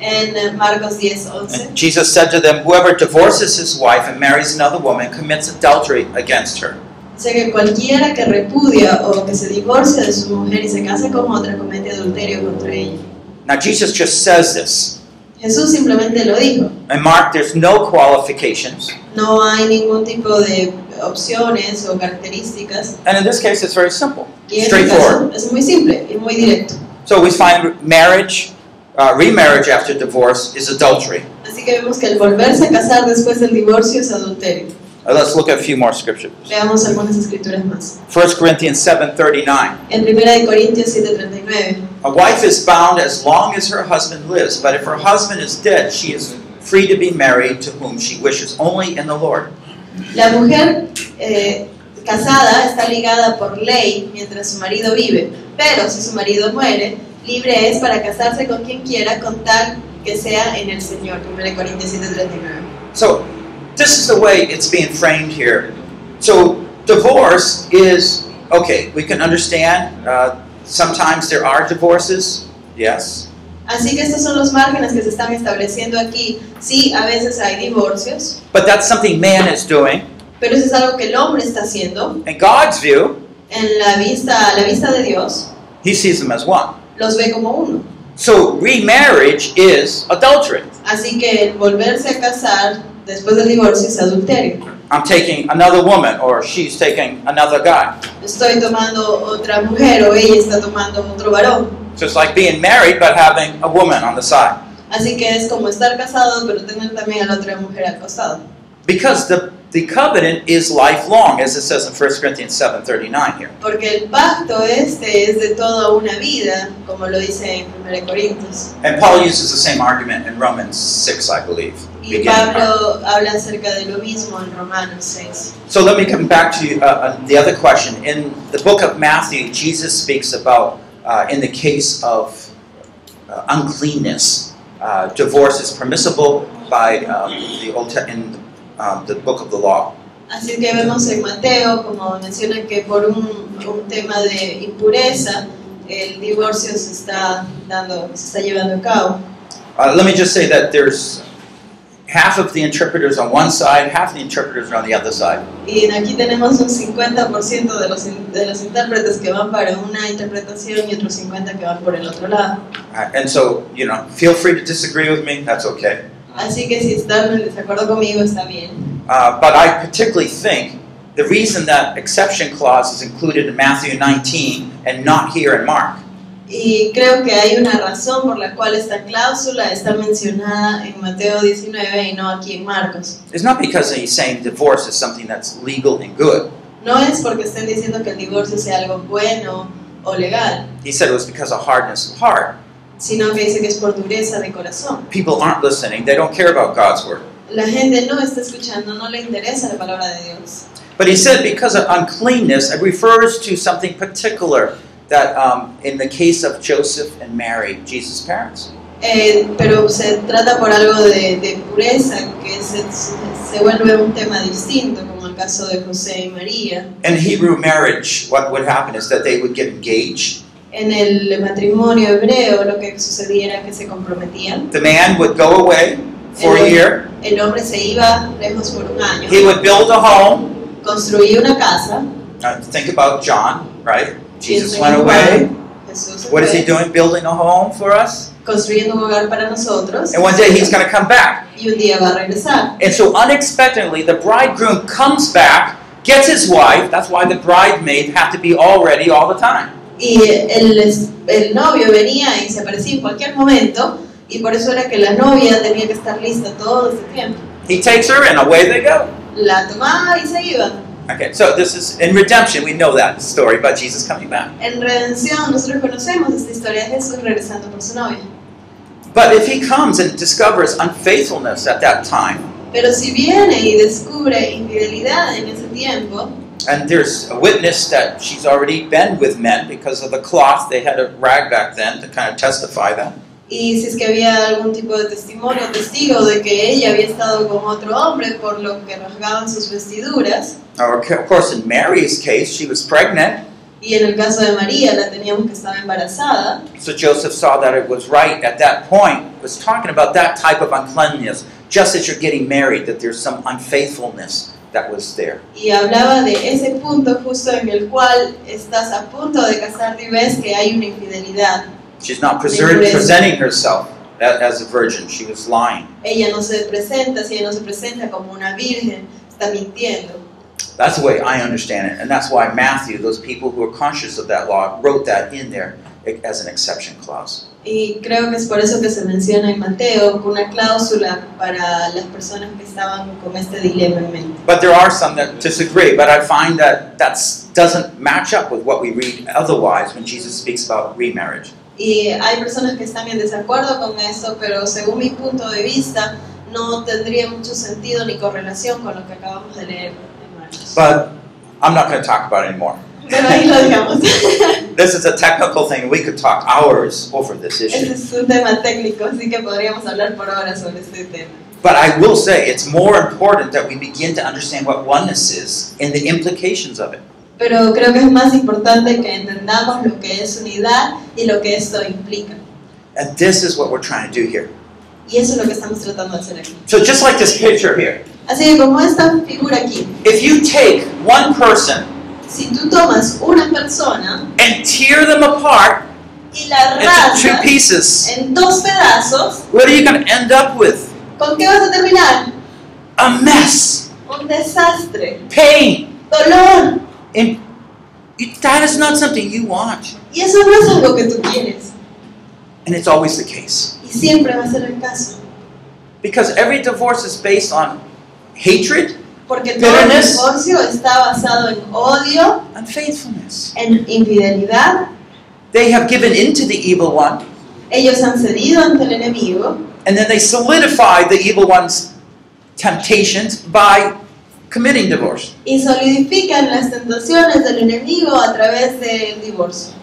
[SPEAKER 3] En eh, Marcos 10, 11.
[SPEAKER 4] And Jesus said to them, Whoever divorces his wife and marries another woman commits adultery against her.
[SPEAKER 3] Sé que cualquiera que repudia o que se divorcia de su mujer y se casa con otra comete adulterio contra ella.
[SPEAKER 4] Now, Jesus just says this.
[SPEAKER 3] Jesús simplemente lo dijo.
[SPEAKER 4] In Mark, there's no qualifications.
[SPEAKER 3] No hay ningún tipo de opciones o características.
[SPEAKER 4] And in this case, it's very simple,
[SPEAKER 3] Y en este caso
[SPEAKER 4] straightforward.
[SPEAKER 3] es muy simple y muy directo.
[SPEAKER 4] So we find marriage, uh, remarriage after divorce, is adultery.
[SPEAKER 3] Así que vemos que el volverse a casar después del divorcio es adulterio.
[SPEAKER 4] Uh, let's look at a few more scriptures.
[SPEAKER 3] Veamos algunas escrituras más.
[SPEAKER 4] 1 Corinthians 7:39.
[SPEAKER 3] En 1 de Corintios 7:39.
[SPEAKER 4] A wife is bound as long as her husband lives, but if her husband is dead, she is free to be married to whom she wishes, only in the Lord.
[SPEAKER 3] La mujer eh, casada está ligada por ley mientras su marido vive, pero si su marido muere, libre es para casarse con quien quiera con tal que sea en el Señor. 1 Corintios 7:39.
[SPEAKER 4] So, this is the way it's being framed here. So, divorce is okay. We can understand. Uh, sometimes there are divorces. Yes.
[SPEAKER 3] Así que estos son los márgenes que se están estableciendo aquí. Sí, a veces hay divorcios,
[SPEAKER 4] But that's something man is doing.
[SPEAKER 3] pero eso es algo que el hombre está haciendo.
[SPEAKER 4] In God's view,
[SPEAKER 3] En la vista, a la vista de Dios,
[SPEAKER 4] He sees them as one.
[SPEAKER 3] los ve como uno.
[SPEAKER 4] So, remarriage is adultery.
[SPEAKER 3] Así que el volverse a casar después del divorcio es adulterio.
[SPEAKER 4] I'm taking another woman, or she's taking another guy.
[SPEAKER 3] estoy tomando otra mujer o ella está tomando otro varón.
[SPEAKER 4] So, it's like being married but having a woman on the side.
[SPEAKER 3] Así que es como estar casado, pero tener también a la otra mujer al costado.
[SPEAKER 4] Because the, the covenant is lifelong, as it says in 1 Corinthians 7.39 here.
[SPEAKER 3] Porque el pacto este es de toda una vida, como lo dice en 1 Corintios.
[SPEAKER 4] And Paul uses the same argument in Romans 6, I believe.
[SPEAKER 3] Y
[SPEAKER 4] beginning part.
[SPEAKER 3] Pablo habla acerca de lo mismo en Romanos 6.
[SPEAKER 4] So let me come back to uh, uh, the other question. In the book of Matthew, Jesus speaks about, uh, in the case of uh, uncleanness, uh, divorce is permissible by um, the Old Te- in um, the book of the law.
[SPEAKER 3] Así que vemos en Mateo, como menciona que por un, un tema de impureza, el divorcio se está, dando, se está llevando a cabo.
[SPEAKER 4] Uh, let me just say that there's half of the interpreters on one side, half the interpreters are on the other side.
[SPEAKER 3] Y aquí tenemos un 50% de los, in- de los intérpretes que van para una interpretación y otro 50% que van por el otro lado.
[SPEAKER 4] Uh, and so, you know, feel free to disagree with me, that's okay.
[SPEAKER 3] Así que si están en desacuerdo conmigo está bien.
[SPEAKER 4] Uh, but I particularly think the reason that exception clause is included in Matthew 19 and not here in Mark
[SPEAKER 3] Y creo que hay una razón por la cual esta cláusula está mencionada en Mateo 19 y no aquí en Marcos.
[SPEAKER 4] is not because he's saying divorce is something that's legal and good.
[SPEAKER 3] No es porque estén diciendo que el divorcio sea algo bueno o legal,
[SPEAKER 4] He said it was because of hardness of heart.
[SPEAKER 3] sino que dice que es por dureza de corazón.
[SPEAKER 4] People aren't listening, they don't care about God's word.
[SPEAKER 3] La gente no está escuchando, no le interesa la palabra de Dios.
[SPEAKER 4] But he said because of uncleanness, it refers to something particular that um, in the case of Joseph and Mary, Jesus' parents.
[SPEAKER 3] Eh, pero se trata por algo de, de pureza, que se, se vuelve un tema distinto, como el caso de José y María.
[SPEAKER 4] In Hebrew marriage, what would happen is that they would get engaged.
[SPEAKER 3] En el matrimonio hebreo lo que sucedía era que se comprometían.
[SPEAKER 4] The man would go away for a year.
[SPEAKER 3] El hombre se iba lejos por un año,
[SPEAKER 4] He would build a home.
[SPEAKER 3] construía una casa.
[SPEAKER 4] Now, think about John, right? Jesus
[SPEAKER 3] Piensa
[SPEAKER 4] went
[SPEAKER 3] en
[SPEAKER 4] away.
[SPEAKER 3] Juan. Jesús se
[SPEAKER 4] What is he
[SPEAKER 3] fue
[SPEAKER 4] doing? Building a home for us?
[SPEAKER 3] construyendo un hogar para nosotros
[SPEAKER 4] And one day he's going to come back.
[SPEAKER 3] y un día va a regresar.
[SPEAKER 4] And so unexpectedly, the bridegroom comes back, gets his wife. That's why the bridesmaids have to be all ready all the time.
[SPEAKER 3] Y el, es- el novio venía y se aparecía en cualquier momento y por eso era que la novia tenía que estar lista todo este tiempo.
[SPEAKER 4] He takes her, and away they go.
[SPEAKER 3] la tomaba y se iba.
[SPEAKER 4] Okay, so this is in redemption, we know that story about Jesus coming back.
[SPEAKER 3] En redención nosotros conocemos esta historia de Jesús regresando por su novia.
[SPEAKER 4] But if he comes and discovers unfaithfulness at that time,
[SPEAKER 3] Pero si viene y descubre infidelidad en ese tiempo,
[SPEAKER 4] and there's a witness that she's already been with men because of the cloth, they had a rag back then to kind of testify that.
[SPEAKER 3] y si es que había algún tipo de testimonio, testigo de que ella había estado con otro hombre por lo que rasgaban sus vestiduras,
[SPEAKER 4] Or, of course, in Mary's case, she was pregnant,
[SPEAKER 3] y en el caso de María la teníamos que estaba embarazada,
[SPEAKER 4] so Joseph saw that it was right at that point. It was talking about that type of uncleanness, just as you're getting married, that there's some unfaithfulness that was there.
[SPEAKER 3] y hablaba de ese punto justo en el cual estás a punto de casarte y ves que hay una infidelidad.
[SPEAKER 4] She's not preser-
[SPEAKER 3] Amen.
[SPEAKER 4] presenting herself a- as a virgin. She was lying.
[SPEAKER 3] Ella no se presenta, si ella no se presenta como una virgen, está mintiendo.
[SPEAKER 4] That's the way I understand it, and that's why Matthew, those people who are conscious of that law, wrote that in there as an exception clause.
[SPEAKER 3] Y creo que es por eso que se menciona en Mateo una cláusula para las personas que estaban con este dilema en mente.
[SPEAKER 4] But there are some that disagree. But I find that that doesn't match up with what we read otherwise when Jesus speaks about remarriage.
[SPEAKER 3] Y hay personas que están en desacuerdo con esto, pero según mi punto de vista no tendría mucho sentido ni correlación con lo que acabamos de leer en Marcos.
[SPEAKER 4] But I'm not going to talk about it anymore.
[SPEAKER 3] Pero ahí lo dejamos.
[SPEAKER 4] This is a technical thing. We could talk hours over this
[SPEAKER 3] Este
[SPEAKER 4] issue.
[SPEAKER 3] es un tema técnico, así que podríamos hablar por horas sobre este tema.
[SPEAKER 4] But I will say it's more important that we begin to understand what oneness is and the implications of it.
[SPEAKER 3] Pero creo que es más importante que entendamos lo que es unidad y lo que esto implica.
[SPEAKER 4] And this is what we're trying to do here.
[SPEAKER 3] Y eso es lo que estamos tratando de hacer aquí.
[SPEAKER 4] So just like this picture here,
[SPEAKER 3] Así que como esta figura aquí,
[SPEAKER 4] if you take one person
[SPEAKER 3] si tú tomas una persona
[SPEAKER 4] and tear them apart
[SPEAKER 3] y la [laughs]
[SPEAKER 4] into two
[SPEAKER 3] rasgas
[SPEAKER 4] pieces,
[SPEAKER 3] en dos pedazos,
[SPEAKER 4] what are you going to end up with?
[SPEAKER 3] ¿con qué vas a terminar?
[SPEAKER 4] A mess,
[SPEAKER 3] Un desastre,
[SPEAKER 4] pain,
[SPEAKER 3] dolor.
[SPEAKER 4] and you, that is not something you want.
[SPEAKER 3] Y eso no es algo que tú quieres.
[SPEAKER 4] And it's always the case
[SPEAKER 3] Y siempre va a ser el caso.
[SPEAKER 4] because every divorce is based on hatred,
[SPEAKER 3] Porque todo el
[SPEAKER 4] Bitterness.
[SPEAKER 3] divorcio está basado en odio,
[SPEAKER 4] unfaithfulness.
[SPEAKER 3] en infidelidad.
[SPEAKER 4] They have given in to the evil one,
[SPEAKER 3] Ellos han cedido ante el enemigo
[SPEAKER 4] and then they solidify the evil one's temptations by committing divorce.
[SPEAKER 3] y solidifican las tentaciones del enemigo a través del divorcio.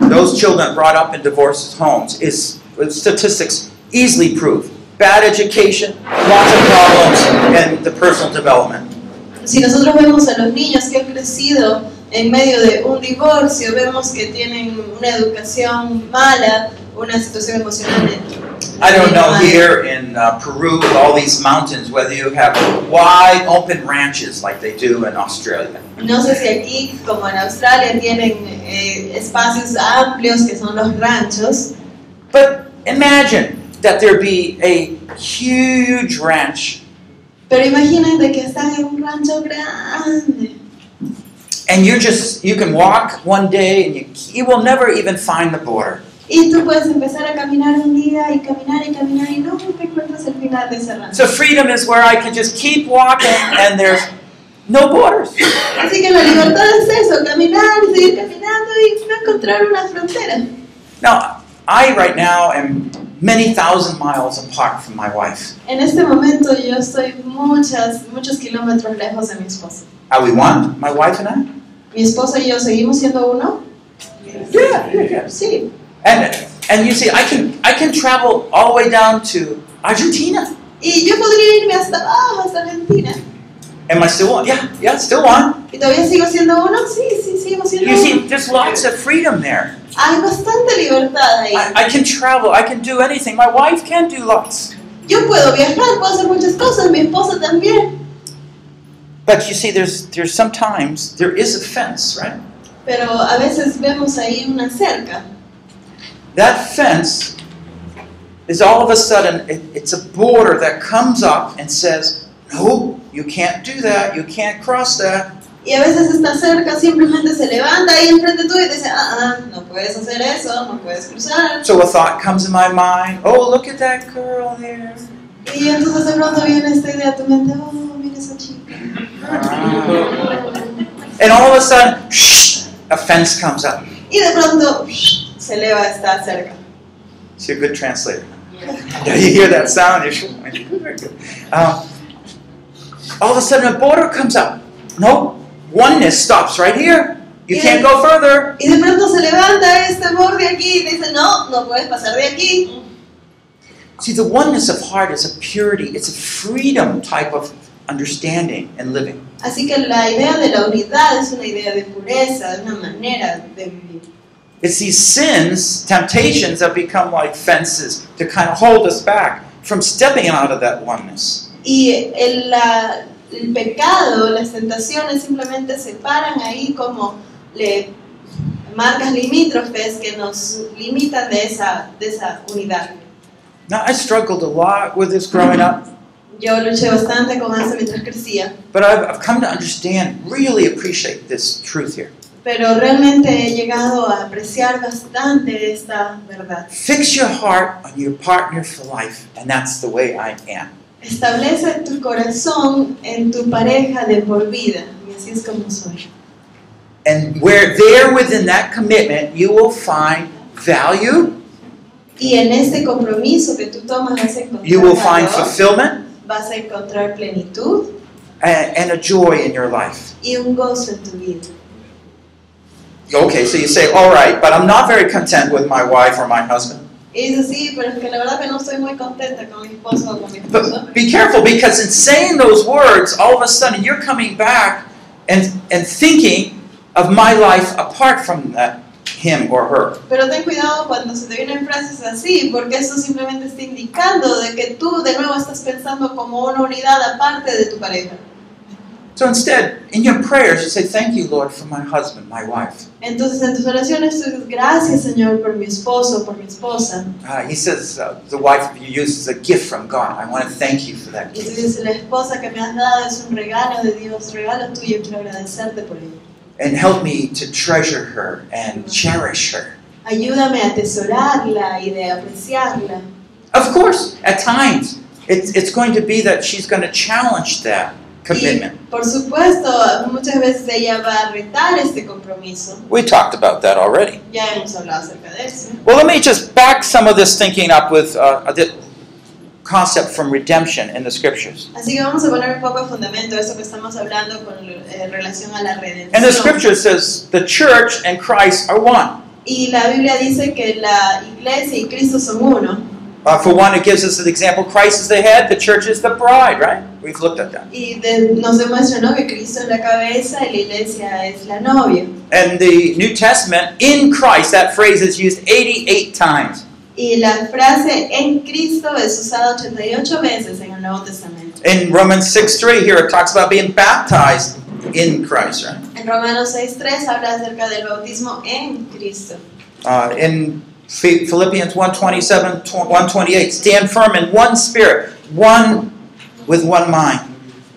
[SPEAKER 4] Those children brought up in divorced homes is with statistics easily prove bad education, lots of problems, and the personal development.
[SPEAKER 3] Si nosotros vemos a los niños que han crecido en medio de un divorcio, vemos que tienen una educación mala, una situación emocional. de-
[SPEAKER 4] I don't know
[SPEAKER 3] mala.
[SPEAKER 4] here in uh, Peru with all these mountains whether you have wide open ranches like they do in Australia.
[SPEAKER 3] No sé si aquí, como en Australia, tienen eh, espacios amplios que son los ranchos,
[SPEAKER 4] But imagine that there be a huge ranch
[SPEAKER 3] pero imagínate que están en un rancho grande
[SPEAKER 4] and you're just you can walk one day and you, you will never even find the border.
[SPEAKER 3] y tú puedes empezar a caminar un día y caminar y caminar y no te encuentras el final de ese rancho.
[SPEAKER 4] So freedom is where I can just keep walking and there's no borders.
[SPEAKER 3] Así que la libertad es eso, caminar y seguir caminando y no encontrar una frontera.
[SPEAKER 4] Now, I right now am many thousand miles apart from my wife.
[SPEAKER 3] En este momento yo estoy muchas, muchos kilómetros lejos de mi esposo.
[SPEAKER 4] Are we one, my wife and I?
[SPEAKER 3] Mi esposo y yo seguimos siendo uno.
[SPEAKER 4] Yeah, yeah, yeah.
[SPEAKER 3] Sí.
[SPEAKER 4] And and you see, I can I can travel all the way down to Argentina.
[SPEAKER 3] Y yo podría irme hasta abajo, hasta Argentina.
[SPEAKER 4] Am I still one? Yeah, yeah, still one.
[SPEAKER 3] ¿Y todavía sigo siendo uno? Sí, sí, sigo siendo
[SPEAKER 4] You
[SPEAKER 3] uno.
[SPEAKER 4] see, there's lots of freedom there.
[SPEAKER 3] Hay bastante libertad ahí.
[SPEAKER 4] I, I can travel. I can do anything. My wife can do lots.
[SPEAKER 3] Yo puedo viajar, puedo hacer muchas cosas, mi esposo también.
[SPEAKER 4] But you see, there's there's sometimes there is a fence, right?
[SPEAKER 3] Pero a veces vemos ahí una cerca.
[SPEAKER 4] That fence is all of a sudden it, it's a border that comes up and says, "No, you can't do that. You can't cross that."
[SPEAKER 3] Y a veces esta cerca simplemente se levanta ahí enfrente tuyo y te dice, ah, ah, no puedes hacer eso, no puedes cruzar.
[SPEAKER 4] So a thought comes in my mind. Oh, look at that girl there.
[SPEAKER 3] Y entonces de pronto viene esta idea a tu mente, oh, mira esa chica.
[SPEAKER 4] Ah. and all of a sudden, shh, a fence comes up.
[SPEAKER 3] Y de pronto se eleva, está cerca.
[SPEAKER 4] She's a good translator. Yeah, you hear that sound? You're sure. Very good. Um, all of a sudden, a border comes up. No, oneness stops right here. You
[SPEAKER 3] Yeah.
[SPEAKER 4] can't go further.
[SPEAKER 3] Y de pronto se levanta este borde aquí y dice, no, no puedes pasar de aquí.
[SPEAKER 4] See, the oneness of heart is a purity, it's a freedom type of understanding and living.
[SPEAKER 3] Así que la idea de la unidad es una idea de pureza, de una manera de vivir.
[SPEAKER 4] It's these sins, temptations that become like fences to kind of hold us back from stepping out of that oneness.
[SPEAKER 3] Y el, la- el pecado, las tentaciones simplemente se paran ahí como le, marcas limítrofes que nos limitan de esa, de esa unidad.
[SPEAKER 4] Now, I struggled a lot with this growing up,
[SPEAKER 3] Yo luché bastante con eso mientras crecía,
[SPEAKER 4] but I've, I've come to understand, really appreciate this truth here.
[SPEAKER 3] pero realmente he llegado a apreciar bastante esta verdad.
[SPEAKER 4] Fix your heart on your partner for life, and that's the way I am.
[SPEAKER 3] Establece tu corazón en tu pareja de por vida, y así es como soy.
[SPEAKER 4] And where there within that commitment, you will find value,
[SPEAKER 3] Y en este compromiso que tú tomas vas a
[SPEAKER 4] you will
[SPEAKER 3] encontrar
[SPEAKER 4] find
[SPEAKER 3] valor,
[SPEAKER 4] fulfillment,
[SPEAKER 3] vas a encontrar plenitud
[SPEAKER 4] and, and a joy in your life.
[SPEAKER 3] y un gozo en tu vida.
[SPEAKER 4] Okay, so you say, all right, but I'm not very content with my wife or my husband.
[SPEAKER 3] Y dices, sí, pero es que la verdad que no estoy muy contenta con mi esposo o con mi esposa.
[SPEAKER 4] But be careful because in saying those words, all of a sudden you're coming back and, and thinking of my life apart from that, him or her.
[SPEAKER 3] Pero ten cuidado cuando se te vienen frases así, porque eso simplemente está indicando de que tú de nuevo estás pensando como una unidad aparte de tu pareja.
[SPEAKER 4] So instead, in your prayers, you say, Thank you, Lord, for my husband, my wife.
[SPEAKER 3] Entonces en tus oraciones tú dices, gracias Señor por mi esposo, por mi esposa.
[SPEAKER 4] Uh, he says, uh, The wife you use is a gift from God. I want to thank you for that
[SPEAKER 3] Y tú
[SPEAKER 4] gift.
[SPEAKER 3] dices, la esposa que me has dado es un regalo de Dios, regalo tuyo, quiero agradecerte por ello.
[SPEAKER 4] And help me to treasure her and cherish her.
[SPEAKER 3] Ayúdame a atesorarla y de apreciarla.
[SPEAKER 4] Of course, at times, it's, it's going to be that she's going to challenge that commitment.
[SPEAKER 3] Por supuesto, muchas veces ella va a retar este compromiso.
[SPEAKER 4] We talked about that already.
[SPEAKER 3] Ya hemos hablado acerca de eso.
[SPEAKER 4] Well, let me just back some of this thinking up with uh, the concept from redemption in the scriptures.
[SPEAKER 3] Así que vamos a poner un poco de fundamento a esto que estamos hablando con eh, relación a la
[SPEAKER 4] And the
[SPEAKER 3] redención.
[SPEAKER 4] scripture says the church and Christ are one.
[SPEAKER 3] Y la Biblia dice que la iglesia y Cristo son uno.
[SPEAKER 4] Uh, for one, it gives us an example Christ is the head, the church is the bride, right? We've looked at that.
[SPEAKER 3] Y de- nos demuestra ¿no? que Cristo es la cabeza y la iglesia es la novia.
[SPEAKER 4] And the New Testament, in Christ, that phrase is used 88 times.
[SPEAKER 3] Y la frase en Cristo es usada 88 veces en el Nuevo Testamento.
[SPEAKER 4] In Romans 6 3, here it talks about being baptized in Christ, right?
[SPEAKER 3] En Romanos 6.3 habla acerca del bautismo en Cristo.
[SPEAKER 4] Uh, in Phi- Philippians 127, 128, stand firm in one spirit, one with one mind.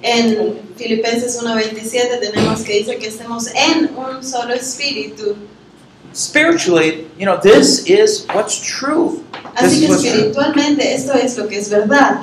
[SPEAKER 3] En Filipenses 1.27 tenemos que dice que estemos en un solo espíritu.
[SPEAKER 4] Spiritually, you know, this is what's true.
[SPEAKER 3] Así que
[SPEAKER 4] This is what's true.
[SPEAKER 3] espiritualmente esto es lo que es verdad.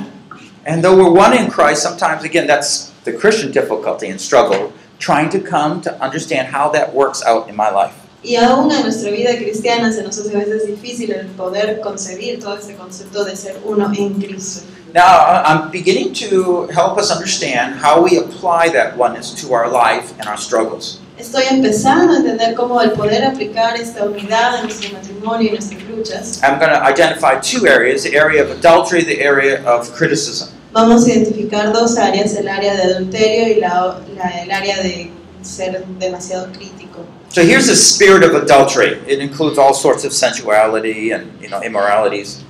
[SPEAKER 4] And though we're one in Christ, sometimes, again, that's the Christian difficulty and struggle, trying to come to understand how that works out in my life.
[SPEAKER 3] Y aún en nuestra vida cristiana se nos hace a veces difícil el poder concebir todo ese concepto de ser uno en Cristo.
[SPEAKER 4] Now, I- I'm beginning to help us understand how we apply that oneness to our life and our struggles.
[SPEAKER 3] Estoy empezando a entender cómo el poder aplicar esta unidad en nuestro matrimonio y nuestras luchas
[SPEAKER 4] I'm going to identify two areas the area of adultery, the area of criticism.
[SPEAKER 3] Vamos a identificar dos áreas, el área de adulterio y la, la- el área de ser demasiado crítico.
[SPEAKER 4] So here's the spirit of adultery. It includes all sorts of sensuality and you know immoralities,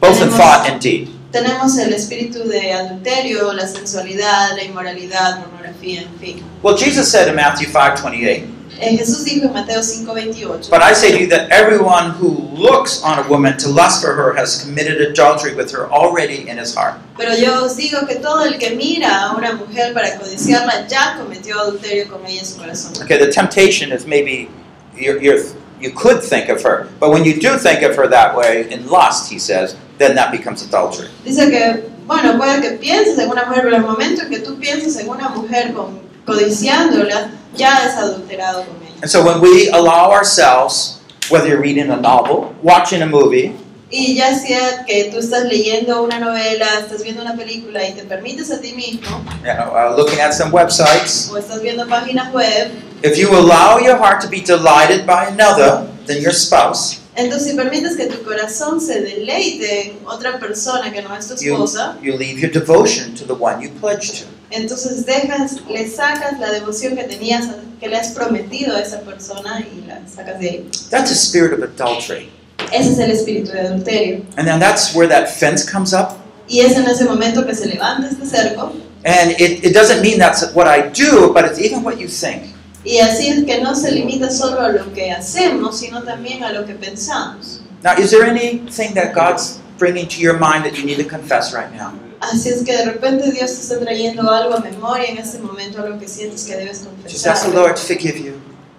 [SPEAKER 4] both in thought and deed.
[SPEAKER 3] Tenemos el espíritu de adulterio, la sensualidad, la inmoralidad, pornografía, en fin.
[SPEAKER 4] Well, Jesus said in Matthew 5:28,
[SPEAKER 3] Eh, Jesús dijo en Mateo 5:28,
[SPEAKER 4] "But I say to you that everyone who looks on a woman to lust for her has committed adultery with her already in his heart."
[SPEAKER 3] pero yo os digo que todo el que mira a una mujer para codiciarla ya cometió adulterio con ella en su corazón.
[SPEAKER 4] Okay, the temptation is maybe your, your you could think of her. But when you do think of her that way, in lust, he says, then that becomes adultery.
[SPEAKER 3] Dice que, bueno, puede que pienses en una mujer, pero el momento en que tú piensas en una mujer con- codiciándola, ya es adulterado con ella.
[SPEAKER 4] And so when we allow ourselves, whether you're reading a novel, watching a movie,
[SPEAKER 3] Y ya sea que tú estás leyendo una novela, estás viendo una película y te permites a ti mismo,
[SPEAKER 4] you know, uh, looking at some websites,
[SPEAKER 3] o estás viendo páginas web,
[SPEAKER 4] if you allow your heart to be delighted by another than your spouse,
[SPEAKER 3] entonces si permites que tu corazón se deleite en otra persona que no es tu
[SPEAKER 4] you,
[SPEAKER 3] esposa,
[SPEAKER 4] you leave your devotion to the one you pledged to.
[SPEAKER 3] entonces dejas, le sacas la devoción que tenías, que le has prometido a esa persona y la sacas de ahí.
[SPEAKER 4] That's a spirit of adultery.
[SPEAKER 3] Ese es el espíritu de adulterio.
[SPEAKER 4] And then that's where that fence comes up.
[SPEAKER 3] Y es en ese momento que se levanta este cerco
[SPEAKER 4] And it, it doesn't mean that's what I do, but it's even what you think.
[SPEAKER 3] Y así es que no se limita solo a lo que hacemos, sino también a lo que pensamos.
[SPEAKER 4] Now, is there anything that God's bringing to your mind that you need to confess right now?
[SPEAKER 3] Así es que de repente Dios te está trayendo algo a memoria en este momento, algo que sientes que debes
[SPEAKER 4] Just ask the
[SPEAKER 3] confesar.
[SPEAKER 4] Lord to forgive you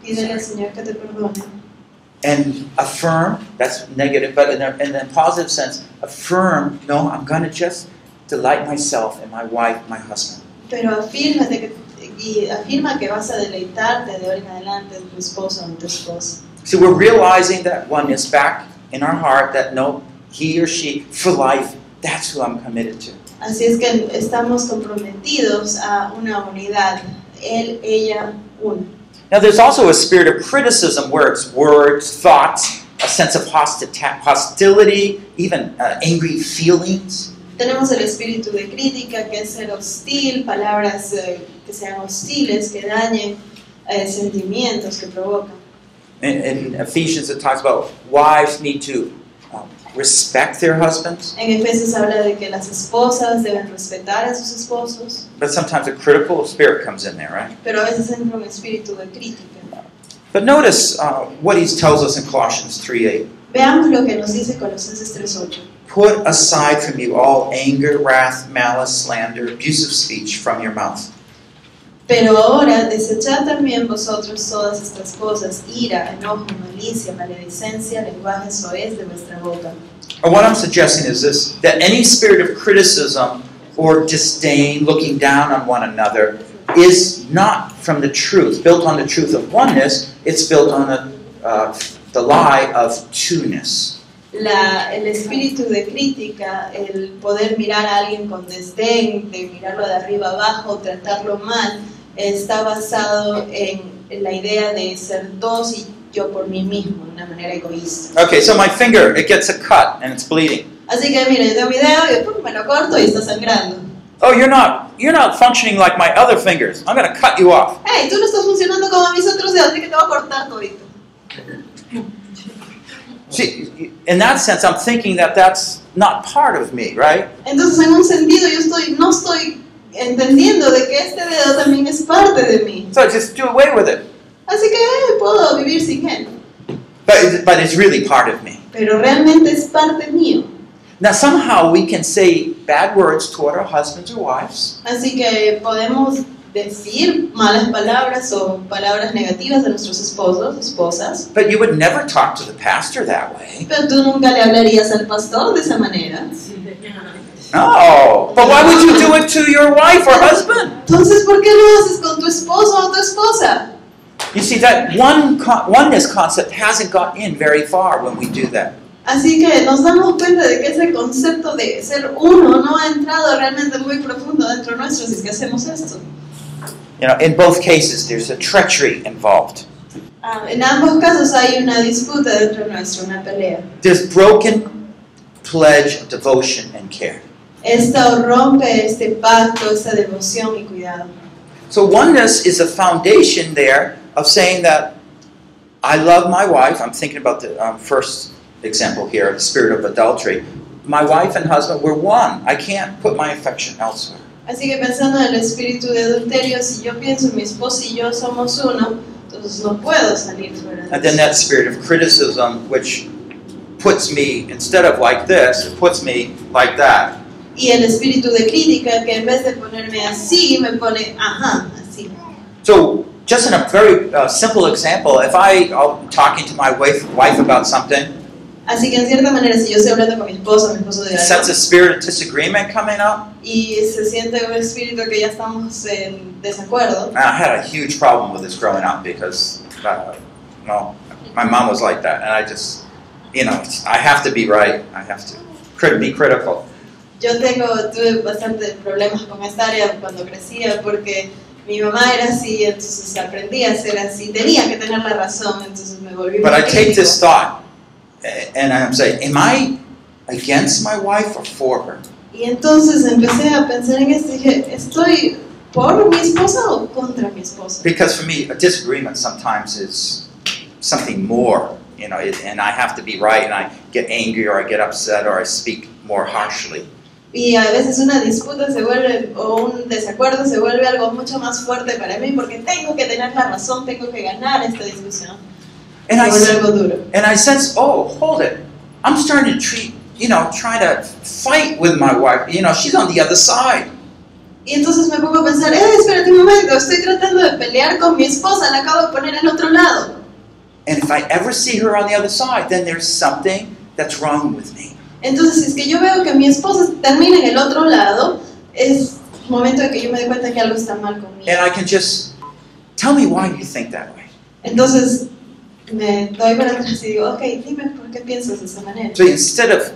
[SPEAKER 3] Pídele al Señor que te perdone.
[SPEAKER 4] and affirm. That's negative, but in a, in a positive sense, affirm. No, I'm going to just delight myself in my wife, my husband.
[SPEAKER 3] Pero afírmate que, y afirma que vas a deleitarte de ahora en adelante en tu esposo o en tu esposa.
[SPEAKER 4] So we're realizing that one is back in our heart that no, he or she for life. That's who I'm committed to.
[SPEAKER 3] Así es que estamos comprometidos a una unidad, él, ella, uno.
[SPEAKER 4] Now, there's also a spirit of criticism where it's words, thoughts, a sense of hostita- hostility, even uh, angry feelings.
[SPEAKER 3] Tenemos el espíritu de crítica, que es ser hostil, palabras eh, que sean hostiles, que dañen eh, sentimientos, que provocan.
[SPEAKER 4] In, in Ephesians, it talks about wives need to uh, respect their husbands,
[SPEAKER 3] En Efesios habla de que las esposas deben respetar a sus esposos,
[SPEAKER 4] but sometimes a critical spirit comes in there, right?
[SPEAKER 3] pero a veces entra un espíritu de crítica.
[SPEAKER 4] But notice uh, what he tells us in Colossians 3.8.
[SPEAKER 3] Veamos lo que nos dice Colosenses 3.8.
[SPEAKER 4] Put aside from you all anger, wrath, malice, slander, abusive speech from your mouth.
[SPEAKER 3] Pero ahora desechad también vosotros todas estas cosas, ira, enojo, malicia, maledicencia, lenguaje soez de vuestra boca.
[SPEAKER 4] And what I'm suggesting is this that any spirit of criticism or disdain, looking down on one another, is not from the truth, built on the truth of oneness, it's built on the, uh, the lie of two-ness.
[SPEAKER 3] La- el espíritu de crítica, el poder mirar a alguien con desdén, de mirarlo de arriba abajo, tratarlo mal, está basado en la idea de ser dos y yo por mí mismo, de una manera egoísta.
[SPEAKER 4] Okay, so my finger, it gets a cut and it's bleeding.
[SPEAKER 3] Así que mira, yo tengo mi dedo y después me lo corto y está sangrando.
[SPEAKER 4] Oh, you're not you're not functioning like my other fingers. I'm going to cut you off.
[SPEAKER 3] Hey, tú no estás funcionando como mis otros dedos, así que te voy a cortar todito.
[SPEAKER 4] See, in that sense, I'm thinking that that's not part of me, right?
[SPEAKER 3] Entonces, en un sentido, yo estoy, no estoy entendiendo de que este dedo también es parte de mí.
[SPEAKER 4] So just do away with it.
[SPEAKER 3] Así que eh, puedo vivir sin él.
[SPEAKER 4] But but it's really part of me.
[SPEAKER 3] pero realmente es parte mío.
[SPEAKER 4] Now, somehow we can say bad words toward our husbands or wives,
[SPEAKER 3] Así que podemos decir malas palabras o palabras negativas a nuestros esposos, esposas,
[SPEAKER 4] but you would never talk to the pastor that way.
[SPEAKER 3] pero tú nunca le hablarías al pastor de esa manera.
[SPEAKER 4] No. But why would you do it to your wife or husband?
[SPEAKER 3] Entonces, ¿por qué lo haces con tu esposo o tu esposa?
[SPEAKER 4] You see, that one con- oneness concept hasn't got in very far when we do that.
[SPEAKER 3] Así que nos damos cuenta de que ese concepto de ser uno no ha entrado realmente muy profundo dentro nuestro si es que hacemos esto.
[SPEAKER 4] You know, in both cases, there's a treachery involved.
[SPEAKER 3] Ah, en ambos casos hay una disputa dentro nuestro, una pelea.
[SPEAKER 4] There's broken pledge of devotion and care.
[SPEAKER 3] Esto rompe este pacto, esta devoción y cuidado.
[SPEAKER 4] So oneness is a foundation there of saying that I love my wife. I'm thinking about the um, first example here, the spirit of adultery. My wife and husband, we're one. I can't put my affection elsewhere.
[SPEAKER 3] Así que pensando en el espíritu de adulterio, si yo pienso mi esposo y yo somos uno, entonces no puedo salir fuera de
[SPEAKER 4] And then
[SPEAKER 3] eso.
[SPEAKER 4] that spirit of criticism, which puts me instead of like this, it puts me like that.
[SPEAKER 3] Y el espíritu de crítica, que en vez de ponerme así, me pone, ajá, así.
[SPEAKER 4] So just in a very uh, simple example, if I, I'm talking to my wife, wife about something,
[SPEAKER 3] Así que en cierta manera, si yo estoy hablando con mi esposo, mi esposo de algo,
[SPEAKER 4] sense a spirit of disagreement coming up,
[SPEAKER 3] y se siente un espíritu que ya estamos en desacuerdo,
[SPEAKER 4] and I had a huge problem with this growing up because, uh, well, my mom was like that, and I just, you know, I have to be right. I have to crit- be critical.
[SPEAKER 3] yo tengo, tuve bastantes problemas con esta área cuando crecía porque mi mamá era así, entonces aprendí a ser así, tenía que tener la razón, entonces me volví
[SPEAKER 4] But
[SPEAKER 3] muy
[SPEAKER 4] I take
[SPEAKER 3] crítico.
[SPEAKER 4] this thought, a- and I'm saying, am I against my wife or for her?
[SPEAKER 3] Y entonces empecé a pensar en esto y dije, ¿estoy por mi esposa o contra mi esposa?
[SPEAKER 4] Because for me, a disagreement sometimes is something more, you know, it, and I have to be right, and I get angry or I get upset or I speak more harshly.
[SPEAKER 3] Y a veces una disputa se vuelve, o un desacuerdo se vuelve algo mucho más fuerte para mí porque tengo que tener la razón, tengo que ganar esta discusión.
[SPEAKER 4] And I,
[SPEAKER 3] se vuelve
[SPEAKER 4] s-
[SPEAKER 3] algo duro.
[SPEAKER 4] and I sense, oh, hold it, I'm starting to treat, you know, try to fight with my wife. You know, she's on the other side.
[SPEAKER 3] Y entonces me pongo a pensar, eh, espérate un momento, estoy tratando de pelear con mi esposa, la acabo de poner al otro lado.
[SPEAKER 4] And if I ever see her on the other side, then there's something that's wrong with me.
[SPEAKER 3] Entonces, si es que yo veo que mi esposa termina en el otro lado, es momento de que yo me dé cuenta que algo está mal conmigo.
[SPEAKER 4] And I can just tell me why you think that way.
[SPEAKER 3] Entonces, me doy para atrás y digo, ok, dime por qué piensas de esa manera.
[SPEAKER 4] So instead of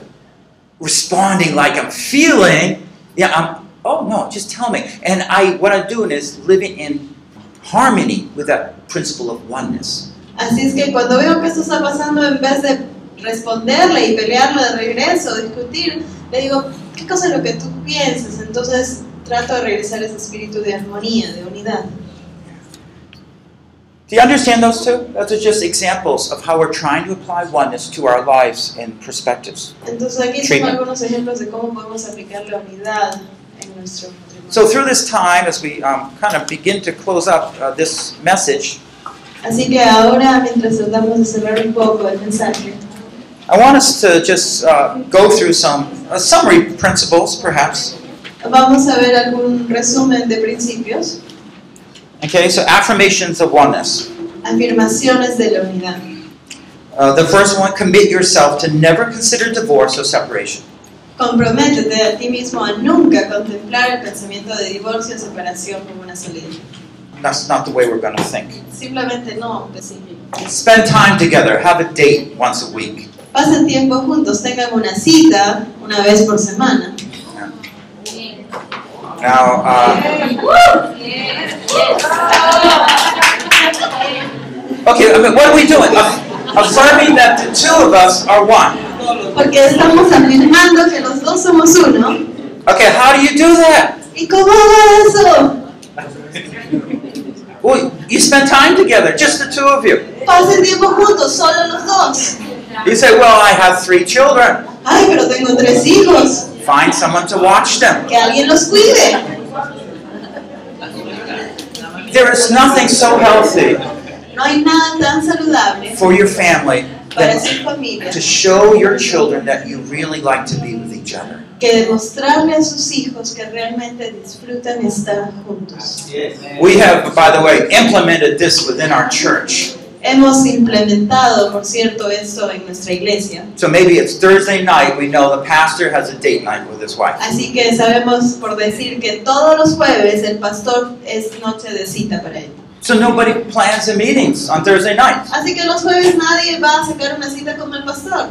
[SPEAKER 4] responding like I'm feeling, yeah, I'm, oh no, just tell me. And I, what I'm doing is living in harmony with that principle of oneness.
[SPEAKER 3] Así es que cuando veo que esto está pasando, en vez de responderle y pelearlo de regreso, discutir, le digo, ¿qué cosa es lo que tú piensas? Entonces trato de regresar ese espíritu de armonía, de unidad.
[SPEAKER 4] Do you understand those two? Those are just examples of how we're trying to apply oneness to our lives and perspectives.
[SPEAKER 3] Entonces aquí son
[SPEAKER 4] Treatment.
[SPEAKER 3] algunos ejemplos de cómo podemos aplicar la unidad en nuestro matrimonio.
[SPEAKER 4] So through this time, as we um, kind of begin to close up uh, this message,
[SPEAKER 3] Así que ahora, mientras tratamos de cerrar un poco el mensaje,
[SPEAKER 4] I want us to just uh, go through some uh, summary principles, perhaps.
[SPEAKER 3] vamos a ver algún resumen de principios,
[SPEAKER 4] Okay, so affirmations of oneness.
[SPEAKER 3] afirmaciones de la unidad.
[SPEAKER 4] Uh, the first one, commit yourself to never consider divorce or separation.
[SPEAKER 3] Comprométete a ti mismo a nunca contemplar el pensamiento de divorcio o separación como una salida.
[SPEAKER 4] That's not the way we're going to think.
[SPEAKER 3] Simplemente no, Pesimi.
[SPEAKER 4] Spend time together. Have a date once a week.
[SPEAKER 3] Pasen tiempo juntos, tengan una cita una vez por semana.
[SPEAKER 4] Now, uh, okay, I mean, what are we doing? Aff- Affirming that the two of us are one.
[SPEAKER 3] Porque estamos afirmando que los dos somos uno.
[SPEAKER 4] Okay, how do you do that?
[SPEAKER 3] ¿Y cómo hago eso?
[SPEAKER 4] Well, you spend time together, just the two of you.
[SPEAKER 3] Pasen tiempo juntos, solo los dos.
[SPEAKER 4] You say, well, I have three children.
[SPEAKER 3] Ay, pero tengo tres hijos.
[SPEAKER 4] Find someone to watch them.
[SPEAKER 3] Que alguien los cuide.
[SPEAKER 4] There is nothing so healthy
[SPEAKER 3] No hay nada tan saludable
[SPEAKER 4] for your family
[SPEAKER 3] para
[SPEAKER 4] than
[SPEAKER 3] su familia
[SPEAKER 4] to show your children that you really like to be with each other.
[SPEAKER 3] que demostrarle a sus hijos que realmente disfrutan estar juntos.
[SPEAKER 4] We have, by the way, implemented this within our church.
[SPEAKER 3] Hemos implementado, por cierto, esto en nuestra iglesia.
[SPEAKER 4] So maybe it's Thursday night, we know the pastor has a date night with his wife.
[SPEAKER 3] Así que sabemos por decir que todos los jueves el pastor es noche de cita para él.
[SPEAKER 4] So nobody plans the meetings on Thursday nights.
[SPEAKER 3] Así que los jueves nadie va a sacar una cita con el pastor.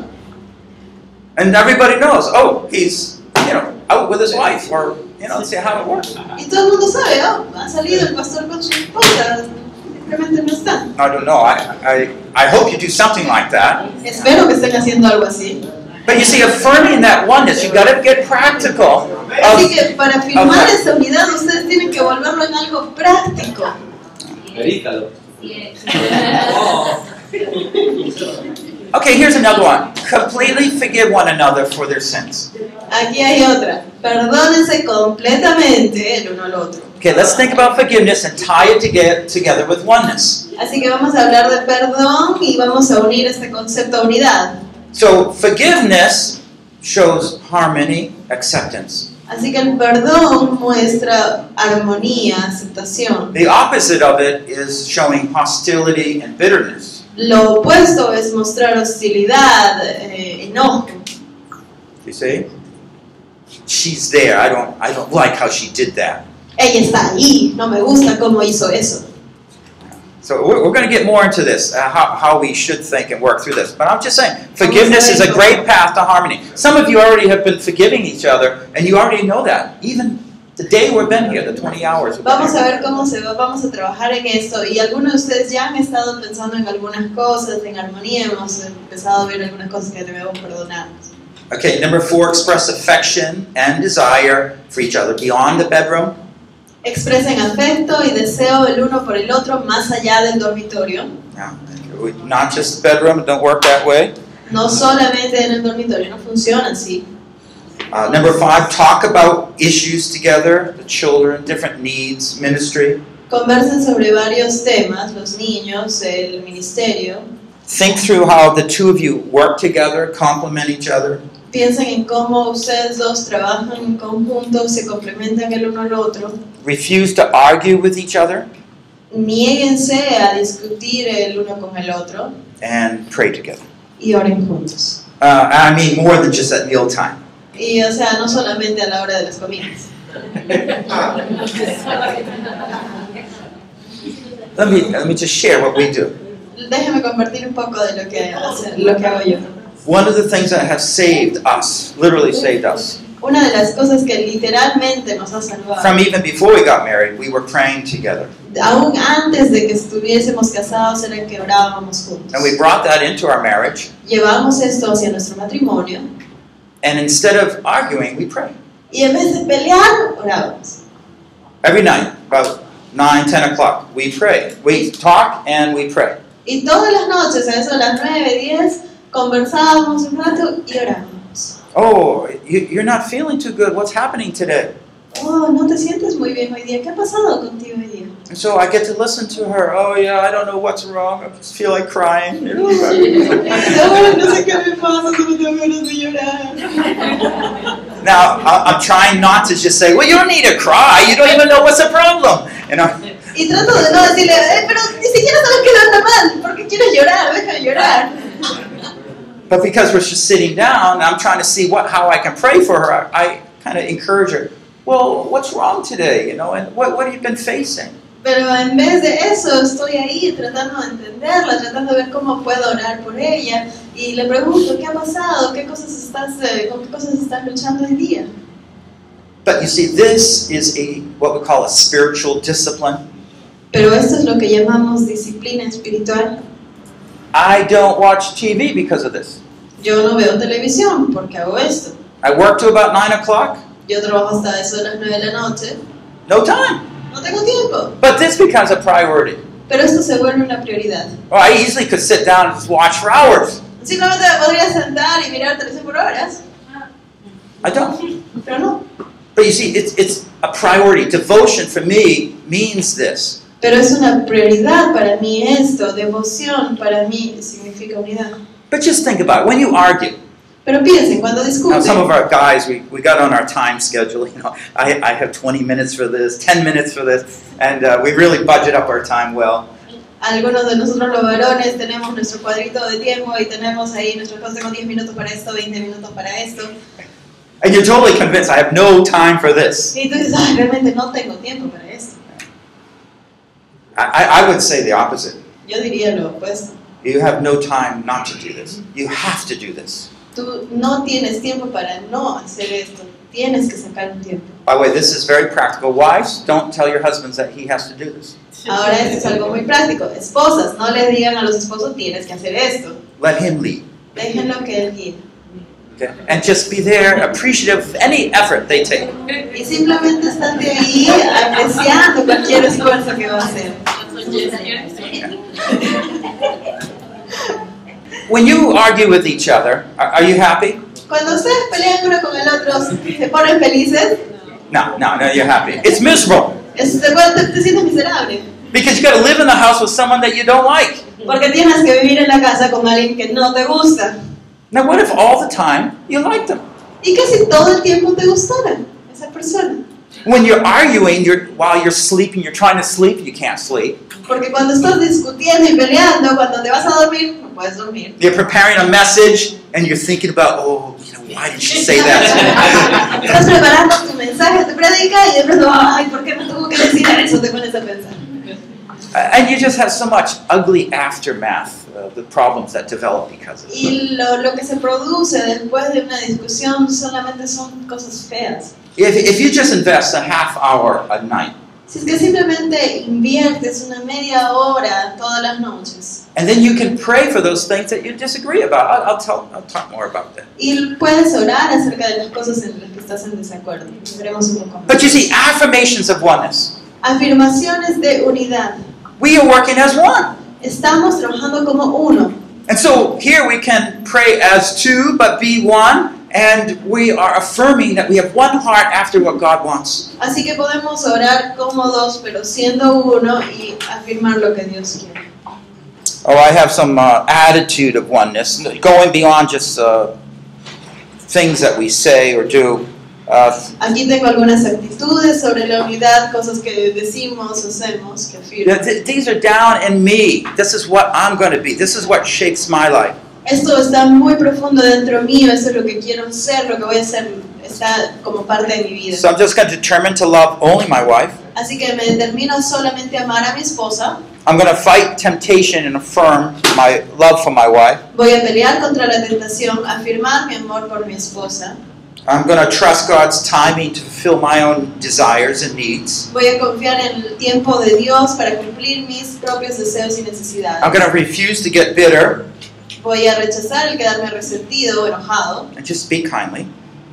[SPEAKER 4] And everybody knows, oh, he's, you know, out with his wife or, you know, see how it works.
[SPEAKER 3] Y todo el mundo sabe, oh, ha salido el pastor con su esposa, simplemente no está.
[SPEAKER 4] I don't know, I, I, I hope you do something like that.
[SPEAKER 3] Espero que estén haciendo algo así.
[SPEAKER 4] But you see, affirming that oneness, you've got to get practical.
[SPEAKER 3] Así
[SPEAKER 4] Of,
[SPEAKER 3] que para firmar
[SPEAKER 4] ok.
[SPEAKER 3] esta unidad ustedes tienen que volverlo en algo práctico.
[SPEAKER 5] Verícalo.
[SPEAKER 4] okay, here's another one. Completely forgive one another for their sins.
[SPEAKER 3] Aquí hay otra. Perdónense completamente el uno al otro.
[SPEAKER 4] Okay, let's think about forgiveness and tie it toge- together with oneness.
[SPEAKER 3] Así que vamos a hablar de perdón y vamos a unir este concepto a unidad.
[SPEAKER 4] So, forgiveness shows harmony, acceptance.
[SPEAKER 3] Así que el perdón muestra armonía, aceptación.
[SPEAKER 4] The opposite of it is showing hostility and bitterness.
[SPEAKER 3] Lo opuesto es mostrar hostilidad, eh, enojo.
[SPEAKER 4] You see? She's there. I don't I don't like how she did that.
[SPEAKER 3] Ella está ahí, no me gusta cómo hizo eso.
[SPEAKER 4] So we're, we're going to get more into this, uh, how, how we should think and work through this. But I'm just saying, forgiveness is a great path to harmony. Some of you already have been forgiving each other, and you already know that. Even the day we've been here, the 20 hours. we've been
[SPEAKER 3] Vamos a
[SPEAKER 4] here.
[SPEAKER 3] ver cómo se va, vamos a trabajar en esto. Y algunos de ustedes ya han estado pensando en algunas cosas, en armonía, hemos empezado a ver algunas cosas que debemos perdonarnos.
[SPEAKER 4] Okay, number four, express affection and desire for each other beyond the bedroom.
[SPEAKER 3] Expresen afecto y deseo el uno por el otro más allá del dormitorio,
[SPEAKER 4] Now, we- Not just the bedroom, it don't work that way.
[SPEAKER 3] no solamente en el dormitorio, no funciona así.
[SPEAKER 4] Uh, number five, talk about issues together, the children, different needs, ministry.
[SPEAKER 3] Conversen sobre varios temas, los niños, el ministerio.
[SPEAKER 4] Think through how the two of you work together, complement each other.
[SPEAKER 3] Piensen en cómo ustedes dos trabajan en conjunto, se complementan el uno al otro.
[SPEAKER 4] Refuse to argue with each other
[SPEAKER 3] Niéguense a discutir el uno con el otro
[SPEAKER 4] and pray together.
[SPEAKER 3] y oren juntos.
[SPEAKER 4] Uh, I mean, more than just at mealtime.
[SPEAKER 3] Y o sea, no solamente a la hora de las comidas.
[SPEAKER 4] Let me, let me just share what we do.
[SPEAKER 3] Déjenme compartir un poco de lo que, hace- lo que hago yo.
[SPEAKER 4] One of the things that have saved us, literally saved us,
[SPEAKER 3] Una de las cosas que literalmente nos ha salvado,
[SPEAKER 4] from even before we got married, we were praying together.
[SPEAKER 3] aún antes de que estuviésemos casados, era que orábamos juntos.
[SPEAKER 4] And we brought that into our marriage,
[SPEAKER 3] Llevamos esto hacia nuestro matrimonio
[SPEAKER 4] and instead of arguing, we pray.
[SPEAKER 3] y en vez de pelear, orábamos.
[SPEAKER 4] Every night, about 9, 10 o'clock, we pray. We talk and we pray.
[SPEAKER 3] Y todas las noches, a eso de las 9, 10, conversábamos un rato y orábamos.
[SPEAKER 4] Oh, you, you're not feeling too good. What's happening today?
[SPEAKER 3] Oh, no te sientes muy bien hoy día. ¿Qué ha pasado contigo hoy día?
[SPEAKER 4] And so I get to listen to her. Oh, yeah, I don't know what's wrong. I just feel like crying. [laughs] now,
[SPEAKER 3] Ay, no sé qué me pasa, solo tengo ganas de llorar.
[SPEAKER 4] I- I'm trying not to just say, well, you don't need to cry. You don't even know what's the problem. You know?
[SPEAKER 3] Y trato de no decirle, "Eh, pero ni siquiera sabes que no está mal, ¿por qué quieres llorar? Deja de llorar.
[SPEAKER 4] But because we're just sitting down, and I'm trying to see what how I can pray for her. I, I kind of encourage her. Well, what's wrong today? You know, and what, what have you been facing?
[SPEAKER 3] Pero en vez de eso, estoy ahí tratando de entenderla, tratando de ver cómo puedo orar por ella. Y le pregunto, ¿qué ha pasado? ¿Qué cosas estás, eh, ¿Con qué cosas estás luchando hoy día?
[SPEAKER 4] But you see, this is a what we call a spiritual discipline.
[SPEAKER 3] Pero esto es lo que llamamos disciplina espiritual.
[SPEAKER 4] I don't watch TV because of this.
[SPEAKER 3] Yo no veo televisión porque hago esto.
[SPEAKER 4] I work to about nine o'clock.
[SPEAKER 3] Yo trabajo hasta eso de las 9 de la noche.
[SPEAKER 4] No time.
[SPEAKER 3] No tengo tiempo.
[SPEAKER 4] But this becomes a priority.
[SPEAKER 3] Pero esto se vuelve una prioridad.
[SPEAKER 4] Or I easily could sit down and just watch for hours.
[SPEAKER 3] Simplemente me podría sentar y mirar televisión por horas,
[SPEAKER 4] I don't.
[SPEAKER 3] pero no.
[SPEAKER 4] But you see, it's it's a priority. Devotion for me means this.
[SPEAKER 3] Pero es una prioridad para mí esto, devoción para mí significa unidad.
[SPEAKER 4] But just think about it. When you argue,
[SPEAKER 3] Pero piensen, cuando
[SPEAKER 4] Now, some of
[SPEAKER 3] discuten,
[SPEAKER 4] our guys, we, we got on our time schedule. You know, I, I have 20 minutes for this, 10 minutes for this, and uh, we really budget up our time well.
[SPEAKER 3] algunos de nosotros los varones tenemos nuestro cuadrito de tiempo y tenemos ahí nuestro cosa, tengo 10 minutos para esto, 20 minutos para esto.
[SPEAKER 4] And you're totally convinced I have no time for this.
[SPEAKER 3] Y tú dices, "Ay, realmente no tengo tiempo para esto.
[SPEAKER 4] I, I- I would say the opposite.
[SPEAKER 3] Yo diría lo opuesto.
[SPEAKER 4] You have no time not to do this. You have to do this.
[SPEAKER 3] Tú no tienes tiempo para no hacer esto. Tienes que sacar un tiempo.
[SPEAKER 4] By the way, this is very practical. Wives, don't tell your husbands that he has to do this.
[SPEAKER 3] Ahora esto es algo muy práctico. Esposas, no les digan a los esposos, tienes que hacer esto.
[SPEAKER 4] Let him lead.
[SPEAKER 3] Déjenlo que él guíe.
[SPEAKER 4] Okay? And just be there, appreciative of any effort they take.
[SPEAKER 3] Y simplemente estate ahí apreciando cualquier esfuerzo que va a hacer.
[SPEAKER 4] When you argue with each other, are, are you happy?
[SPEAKER 3] Cuando ustedes pelean uno con el otro, se ponen felices,
[SPEAKER 4] No, no, no, you're happy. It's miserable.
[SPEAKER 3] es- te, te- te sientes miserable.
[SPEAKER 4] Because you got to live in the house with someone that you don't like.
[SPEAKER 3] Porque tienes que vivir en la casa con alguien que no te gusta.
[SPEAKER 4] Now, what if all the time you liked them?
[SPEAKER 3] ¿Y que si todo el tiempo te gustara esa persona.
[SPEAKER 4] When you're arguing, you're, while you're sleeping, you're trying to sleep, you can't sleep.
[SPEAKER 3] Porque cuando estás discutiendo y peleando, cuando te vas a dormir, no puedes dormir.
[SPEAKER 4] You're preparing a message and you're thinking about, oh, you know, why did she say
[SPEAKER 3] [laughs]
[SPEAKER 4] that?
[SPEAKER 3] Estás preparando tu mensaje, te predica y de pronto, ay, ¿por qué me tuvo que decir eso? Te pones a pensar.
[SPEAKER 4] and you just have so much ugly aftermath of the problems that develop because of it.
[SPEAKER 3] Y lo, lo que se produce después de una discusión solamente son cosas feas.
[SPEAKER 4] If, if you just invest a half hour a night
[SPEAKER 3] Si es que simplemente inviertes una media hora todas las noches
[SPEAKER 4] and then you can pray for those things that you disagree about, I'll, I'll, tell, I'll talk more about that.
[SPEAKER 3] y puedes orar acerca de las cosas en las que estás en desacuerdo. Veremos un poco. más.
[SPEAKER 4] But you see, affirmations of oneness.
[SPEAKER 3] Afirmaciones de unidad.
[SPEAKER 4] We are working as one.
[SPEAKER 3] Estamos trabajando como uno.
[SPEAKER 4] And so here we can pray as two, but be one. And we are affirming that we have one heart after what God wants.
[SPEAKER 3] Así que podemos orar como dos, pero siendo uno y afirmar lo que Dios quiere.
[SPEAKER 4] Oh, I have some uh, attitude of oneness, going beyond just uh, things that we say or do. Uh,
[SPEAKER 3] Aquí tengo algunas actitudes sobre la unidad, cosas que decimos, hacemos, que afirmo.
[SPEAKER 4] th- th- these are down in me. This is what I'm going to be. This is what shapes my life.
[SPEAKER 3] Esto está muy profundo dentro mío, eso es lo que quiero ser, lo que voy a ser, está como parte de mi vida.
[SPEAKER 4] So I'm just going to determine to love only my wife.
[SPEAKER 3] Así que me determino solamente a amar a mi esposa,
[SPEAKER 4] I'm going to fight temptation and affirm my love for my wife.
[SPEAKER 3] voy a pelear contra la tentación, afirmar mi amor por mi esposa,
[SPEAKER 4] I'm going to trust God's timing to fulfill my own desires and needs.
[SPEAKER 3] voy a confiar en el tiempo de Dios para cumplir mis propios deseos y necesidades.
[SPEAKER 4] I'm going to refuse to get bitter
[SPEAKER 3] Voy a rechazar el quedarme resentido o enojado
[SPEAKER 4] and just speak kindly.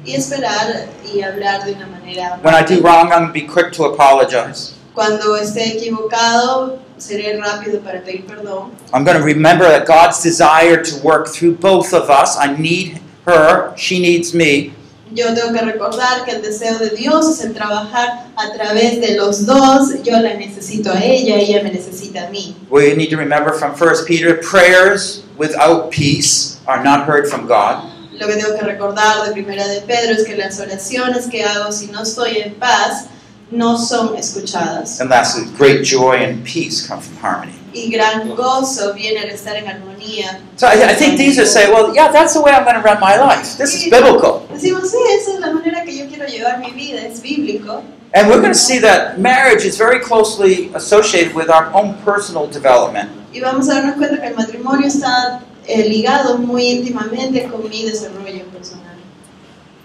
[SPEAKER 3] y esperar y hablar de una manera.
[SPEAKER 4] When I do wrong, I'm going to be quick to apologize.
[SPEAKER 3] Cuando esté equivocado, seré rápido para pedir perdón.
[SPEAKER 4] I'm going to remember that God's desire to work through both of us. I need her, she needs me.
[SPEAKER 3] Yo tengo que recordar que el deseo de Dios es el trabajar a través de los dos. Yo la necesito a ella, ella me necesita a mí.
[SPEAKER 4] We need to remember from 1 Peter prayers without peace are not heard from God.
[SPEAKER 3] Lo que tengo que recordar de primera de Pedro es que las oraciones que hago si no estoy en paz no son escuchadas.
[SPEAKER 4] And lastly, great joy and peace come from harmony.
[SPEAKER 3] Y gran gozo viene al estar en armonía.
[SPEAKER 4] So I, I think these are say, well, yeah, that's the way I'm going to run my life. This is biblical.
[SPEAKER 3] Decimos, sí, esa es la manera que yo quiero llevar mi vida, es bíblico.
[SPEAKER 4] And we're going to see that marriage is very closely associated with our own personal development.
[SPEAKER 3] Y vamos a darnos cuenta que el matrimonio está eh, ligado muy íntimamente con mi desarrollo personal.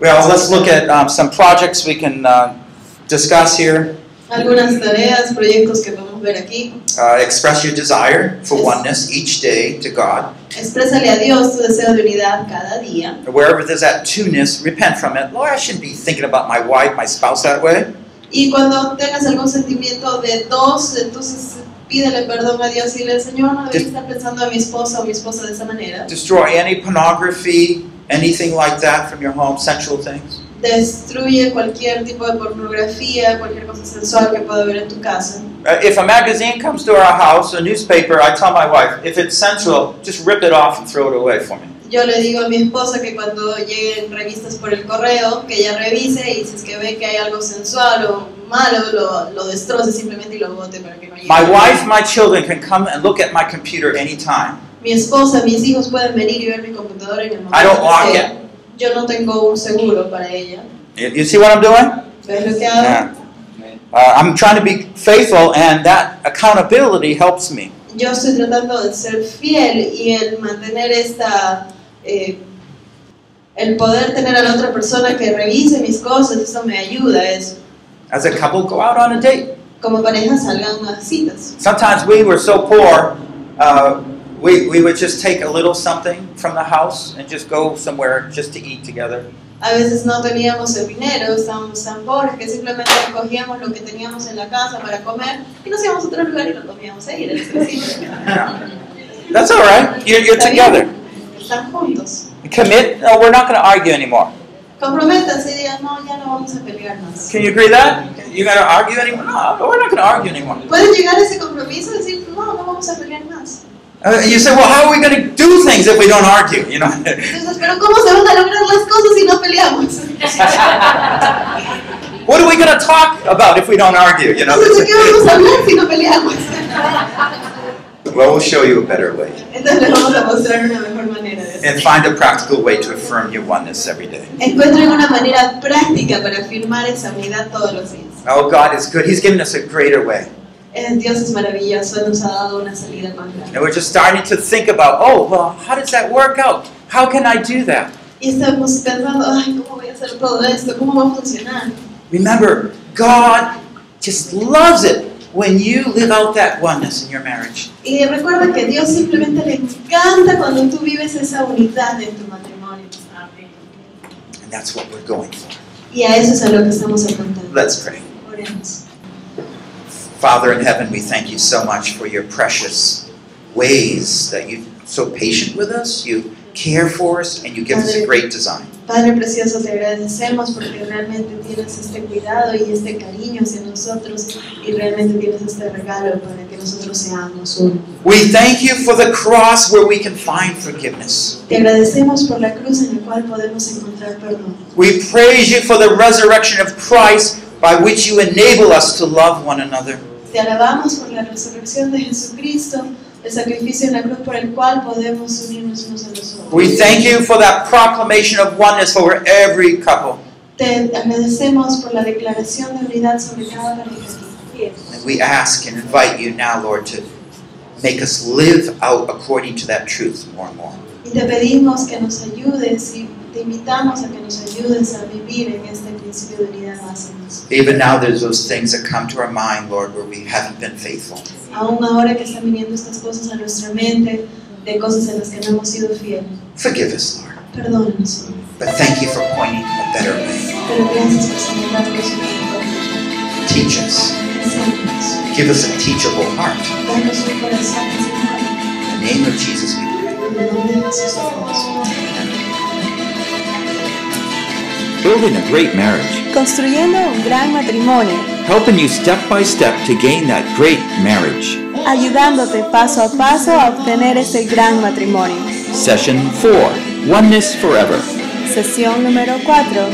[SPEAKER 4] Well, let's look at um, some projects we can uh, discuss here.
[SPEAKER 3] Algunas tareas, proyectos que podemos ver aquí.
[SPEAKER 4] Uh, express your desire for oneness each day to God.
[SPEAKER 3] Exprésale a Dios tu deseo de unidad cada día.
[SPEAKER 4] Wherever there's that two-ness, repent from it. Lord, I shouldn't be thinking about my wife, my spouse that way.
[SPEAKER 3] Y cuando tengas algún sentimiento de dos, entonces pídele perdón a Dios y dile, Señor, no debería estar pensando a mi esposa o mi esposa de esa manera.
[SPEAKER 4] Destroy any pornography, anything like that from your home, sexual things.
[SPEAKER 3] Destruye cualquier tipo de pornografía, cualquier cosa sensual que pueda haber en tu casa.
[SPEAKER 4] Uh, if a magazine comes to our house, a newspaper, I tell my wife, if it's sensual, just rip it off and throw it away for me.
[SPEAKER 3] Yo le digo a mi esposa que cuando lleguen revistas por el correo, que ella revise y si es que ve que hay algo sensual o malo, lo, lo destroce simplemente y lo bote para que no llegue.
[SPEAKER 4] My wife, my children can come and look at my computer anytime.
[SPEAKER 3] Mi esposa, mis hijos pueden venir y ver mi computadora en el momento
[SPEAKER 4] I don't
[SPEAKER 3] que
[SPEAKER 4] lock
[SPEAKER 3] sea. Yo no tengo un seguro para ella.
[SPEAKER 4] You you see what I'm doing?
[SPEAKER 3] ¿Ves lo que hago?
[SPEAKER 4] Yeah. Uh, I'm trying to be faithful, and that accountability helps me.
[SPEAKER 3] Yo estoy tratando de ser fiel y el mantener esta... eh, el poder tener a la otra persona que revise mis cosas, eso me ayuda, es
[SPEAKER 4] As a couple, go out on a date.
[SPEAKER 3] como pareja salgan a citas.
[SPEAKER 4] Sometimes we were so poor, uh, we, we would just take a little something from the house and just go somewhere just to eat together.
[SPEAKER 3] A veces no teníamos el dinero, estábamos tan pobres que simplemente cogíamos lo que teníamos en la casa para comer y nos íbamos a otro lugar y lo comíamos ahí. Era así.
[SPEAKER 4] That's all right. You're, you're
[SPEAKER 3] Está
[SPEAKER 4] together.
[SPEAKER 3] bien, Están juntos.
[SPEAKER 4] Commit. No, we're not going to argue anymore.
[SPEAKER 3] Comprométanse y digan, no, ya no vamos a pelear más.
[SPEAKER 4] Can you agree that? You're going to argue anymore? No, we're not going to argue anymore.
[SPEAKER 3] Pueden llegar a ese compromiso y decir, no, no vamos a pelear más.
[SPEAKER 4] Uh, you say, well, how are we going to do things if we don't argue? You know. [laughs]
[SPEAKER 3] Entonces, pero ¿cómo se van a lograr las cosas si no peleamos?
[SPEAKER 4] What are we going to talk about if we don't argue? You know, [laughs]
[SPEAKER 3] Entonces, ¿de qué vamos a hablar si no peleamos?
[SPEAKER 4] well, we'll show you a better way
[SPEAKER 3] Entonces les vamos a mostrar una mejor manera de hacerlo.
[SPEAKER 4] and find a practical way to affirm your oneness every day.
[SPEAKER 3] Encuentren una manera práctica para afirmar esa unidad todos los días.
[SPEAKER 4] Oh, God is good. He's given us a greater way.
[SPEAKER 3] Eh, Dios es maravilloso, Él nos ha dado una salida más grande.
[SPEAKER 4] And we're just starting to think about, oh, well, how does that work out? How can I do that?
[SPEAKER 3] Y estamos pensando, ay, ¿cómo voy a hacer todo esto? ¿Cómo va a funcionar?
[SPEAKER 4] Remember, God just loves it when you live out that oneness in your marriage.
[SPEAKER 3] Y recuerda que Dios simplemente le encanta cuando tú vives esa unidad en tu matrimonio.
[SPEAKER 4] And that's what we're going for.
[SPEAKER 3] Y a eso es a lo que estamos apuntando.
[SPEAKER 4] Let's pray.
[SPEAKER 3] Oremos.
[SPEAKER 4] Father in heaven, we thank you so much for your precious ways that you're so patient with us, you care for us, and you give us a great design.
[SPEAKER 3] Padre precioso, te agradecemos porque realmente tienes este cuidado y este cariño hacia nosotros y realmente tienes este regalo para que nosotros seamos uno.
[SPEAKER 4] We thank you for the cross where we can find forgiveness.
[SPEAKER 3] Te agradecemos por la cruz en la cual podemos encontrar perdón.
[SPEAKER 4] We praise you for the resurrection of Christ by which you enable us to love one another.
[SPEAKER 3] Te alabamos por la resurrección de Jesucristo, el sacrificio en la cruz por el cual podemos unirnos unos a los otros.
[SPEAKER 4] We thank you for that proclamation of oneness over every couple.
[SPEAKER 3] Te agradecemos por la declaración de unidad sobre cada pareja.
[SPEAKER 4] And we ask and invite you now, Lord, to make us live out according to that truth more and more.
[SPEAKER 3] Y te pedimos que nos ayudes y te invitamos a que nos ayudes a vivir en este principio de unidad más en nosotros.
[SPEAKER 4] Even now, there's those things that come to our mind, Lord, where we haven't been faithful.
[SPEAKER 3] Aún ahora que están viniendo estas cosas a nuestra mente, de cosas en las que no hemos sido fieles.
[SPEAKER 4] Forgive us, Lord.
[SPEAKER 3] Perdónanos, Señor,
[SPEAKER 4] But thank you for pointing a better way.
[SPEAKER 3] pero gracias por señalarnos un poco.
[SPEAKER 4] Teach us.
[SPEAKER 3] Enséñanos.
[SPEAKER 4] Give us a teachable heart.
[SPEAKER 3] Danos un corazón, Señor.
[SPEAKER 4] In the name of Jesus, we pray.
[SPEAKER 3] En el nombre de Jesús, oramos.
[SPEAKER 1] Building a great marriage,
[SPEAKER 2] Construyendo un gran matrimonio,
[SPEAKER 1] helping you step by step to gain that great marriage.
[SPEAKER 2] ayudándote paso a paso a obtener ese gran matrimonio.
[SPEAKER 1] Session 4 Oneness Forever
[SPEAKER 2] Sesión número 4.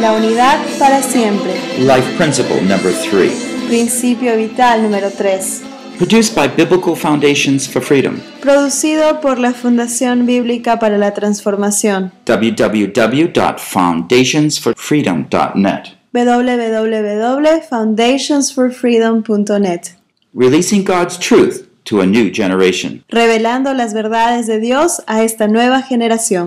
[SPEAKER 2] La unidad para siempre.
[SPEAKER 1] Life Principle Number 3.
[SPEAKER 2] Principio vital número 3.
[SPEAKER 1] Produced by Biblical Foundations for Freedom.
[SPEAKER 2] Producido por la Fundación Bíblica para la Transformación.
[SPEAKER 1] www.foundationsforfreedom.net.
[SPEAKER 2] www.foundationsforfreedom.net.
[SPEAKER 1] Releasing God's truth to a new generation.
[SPEAKER 2] Revelando las verdades de Dios a esta nueva generación.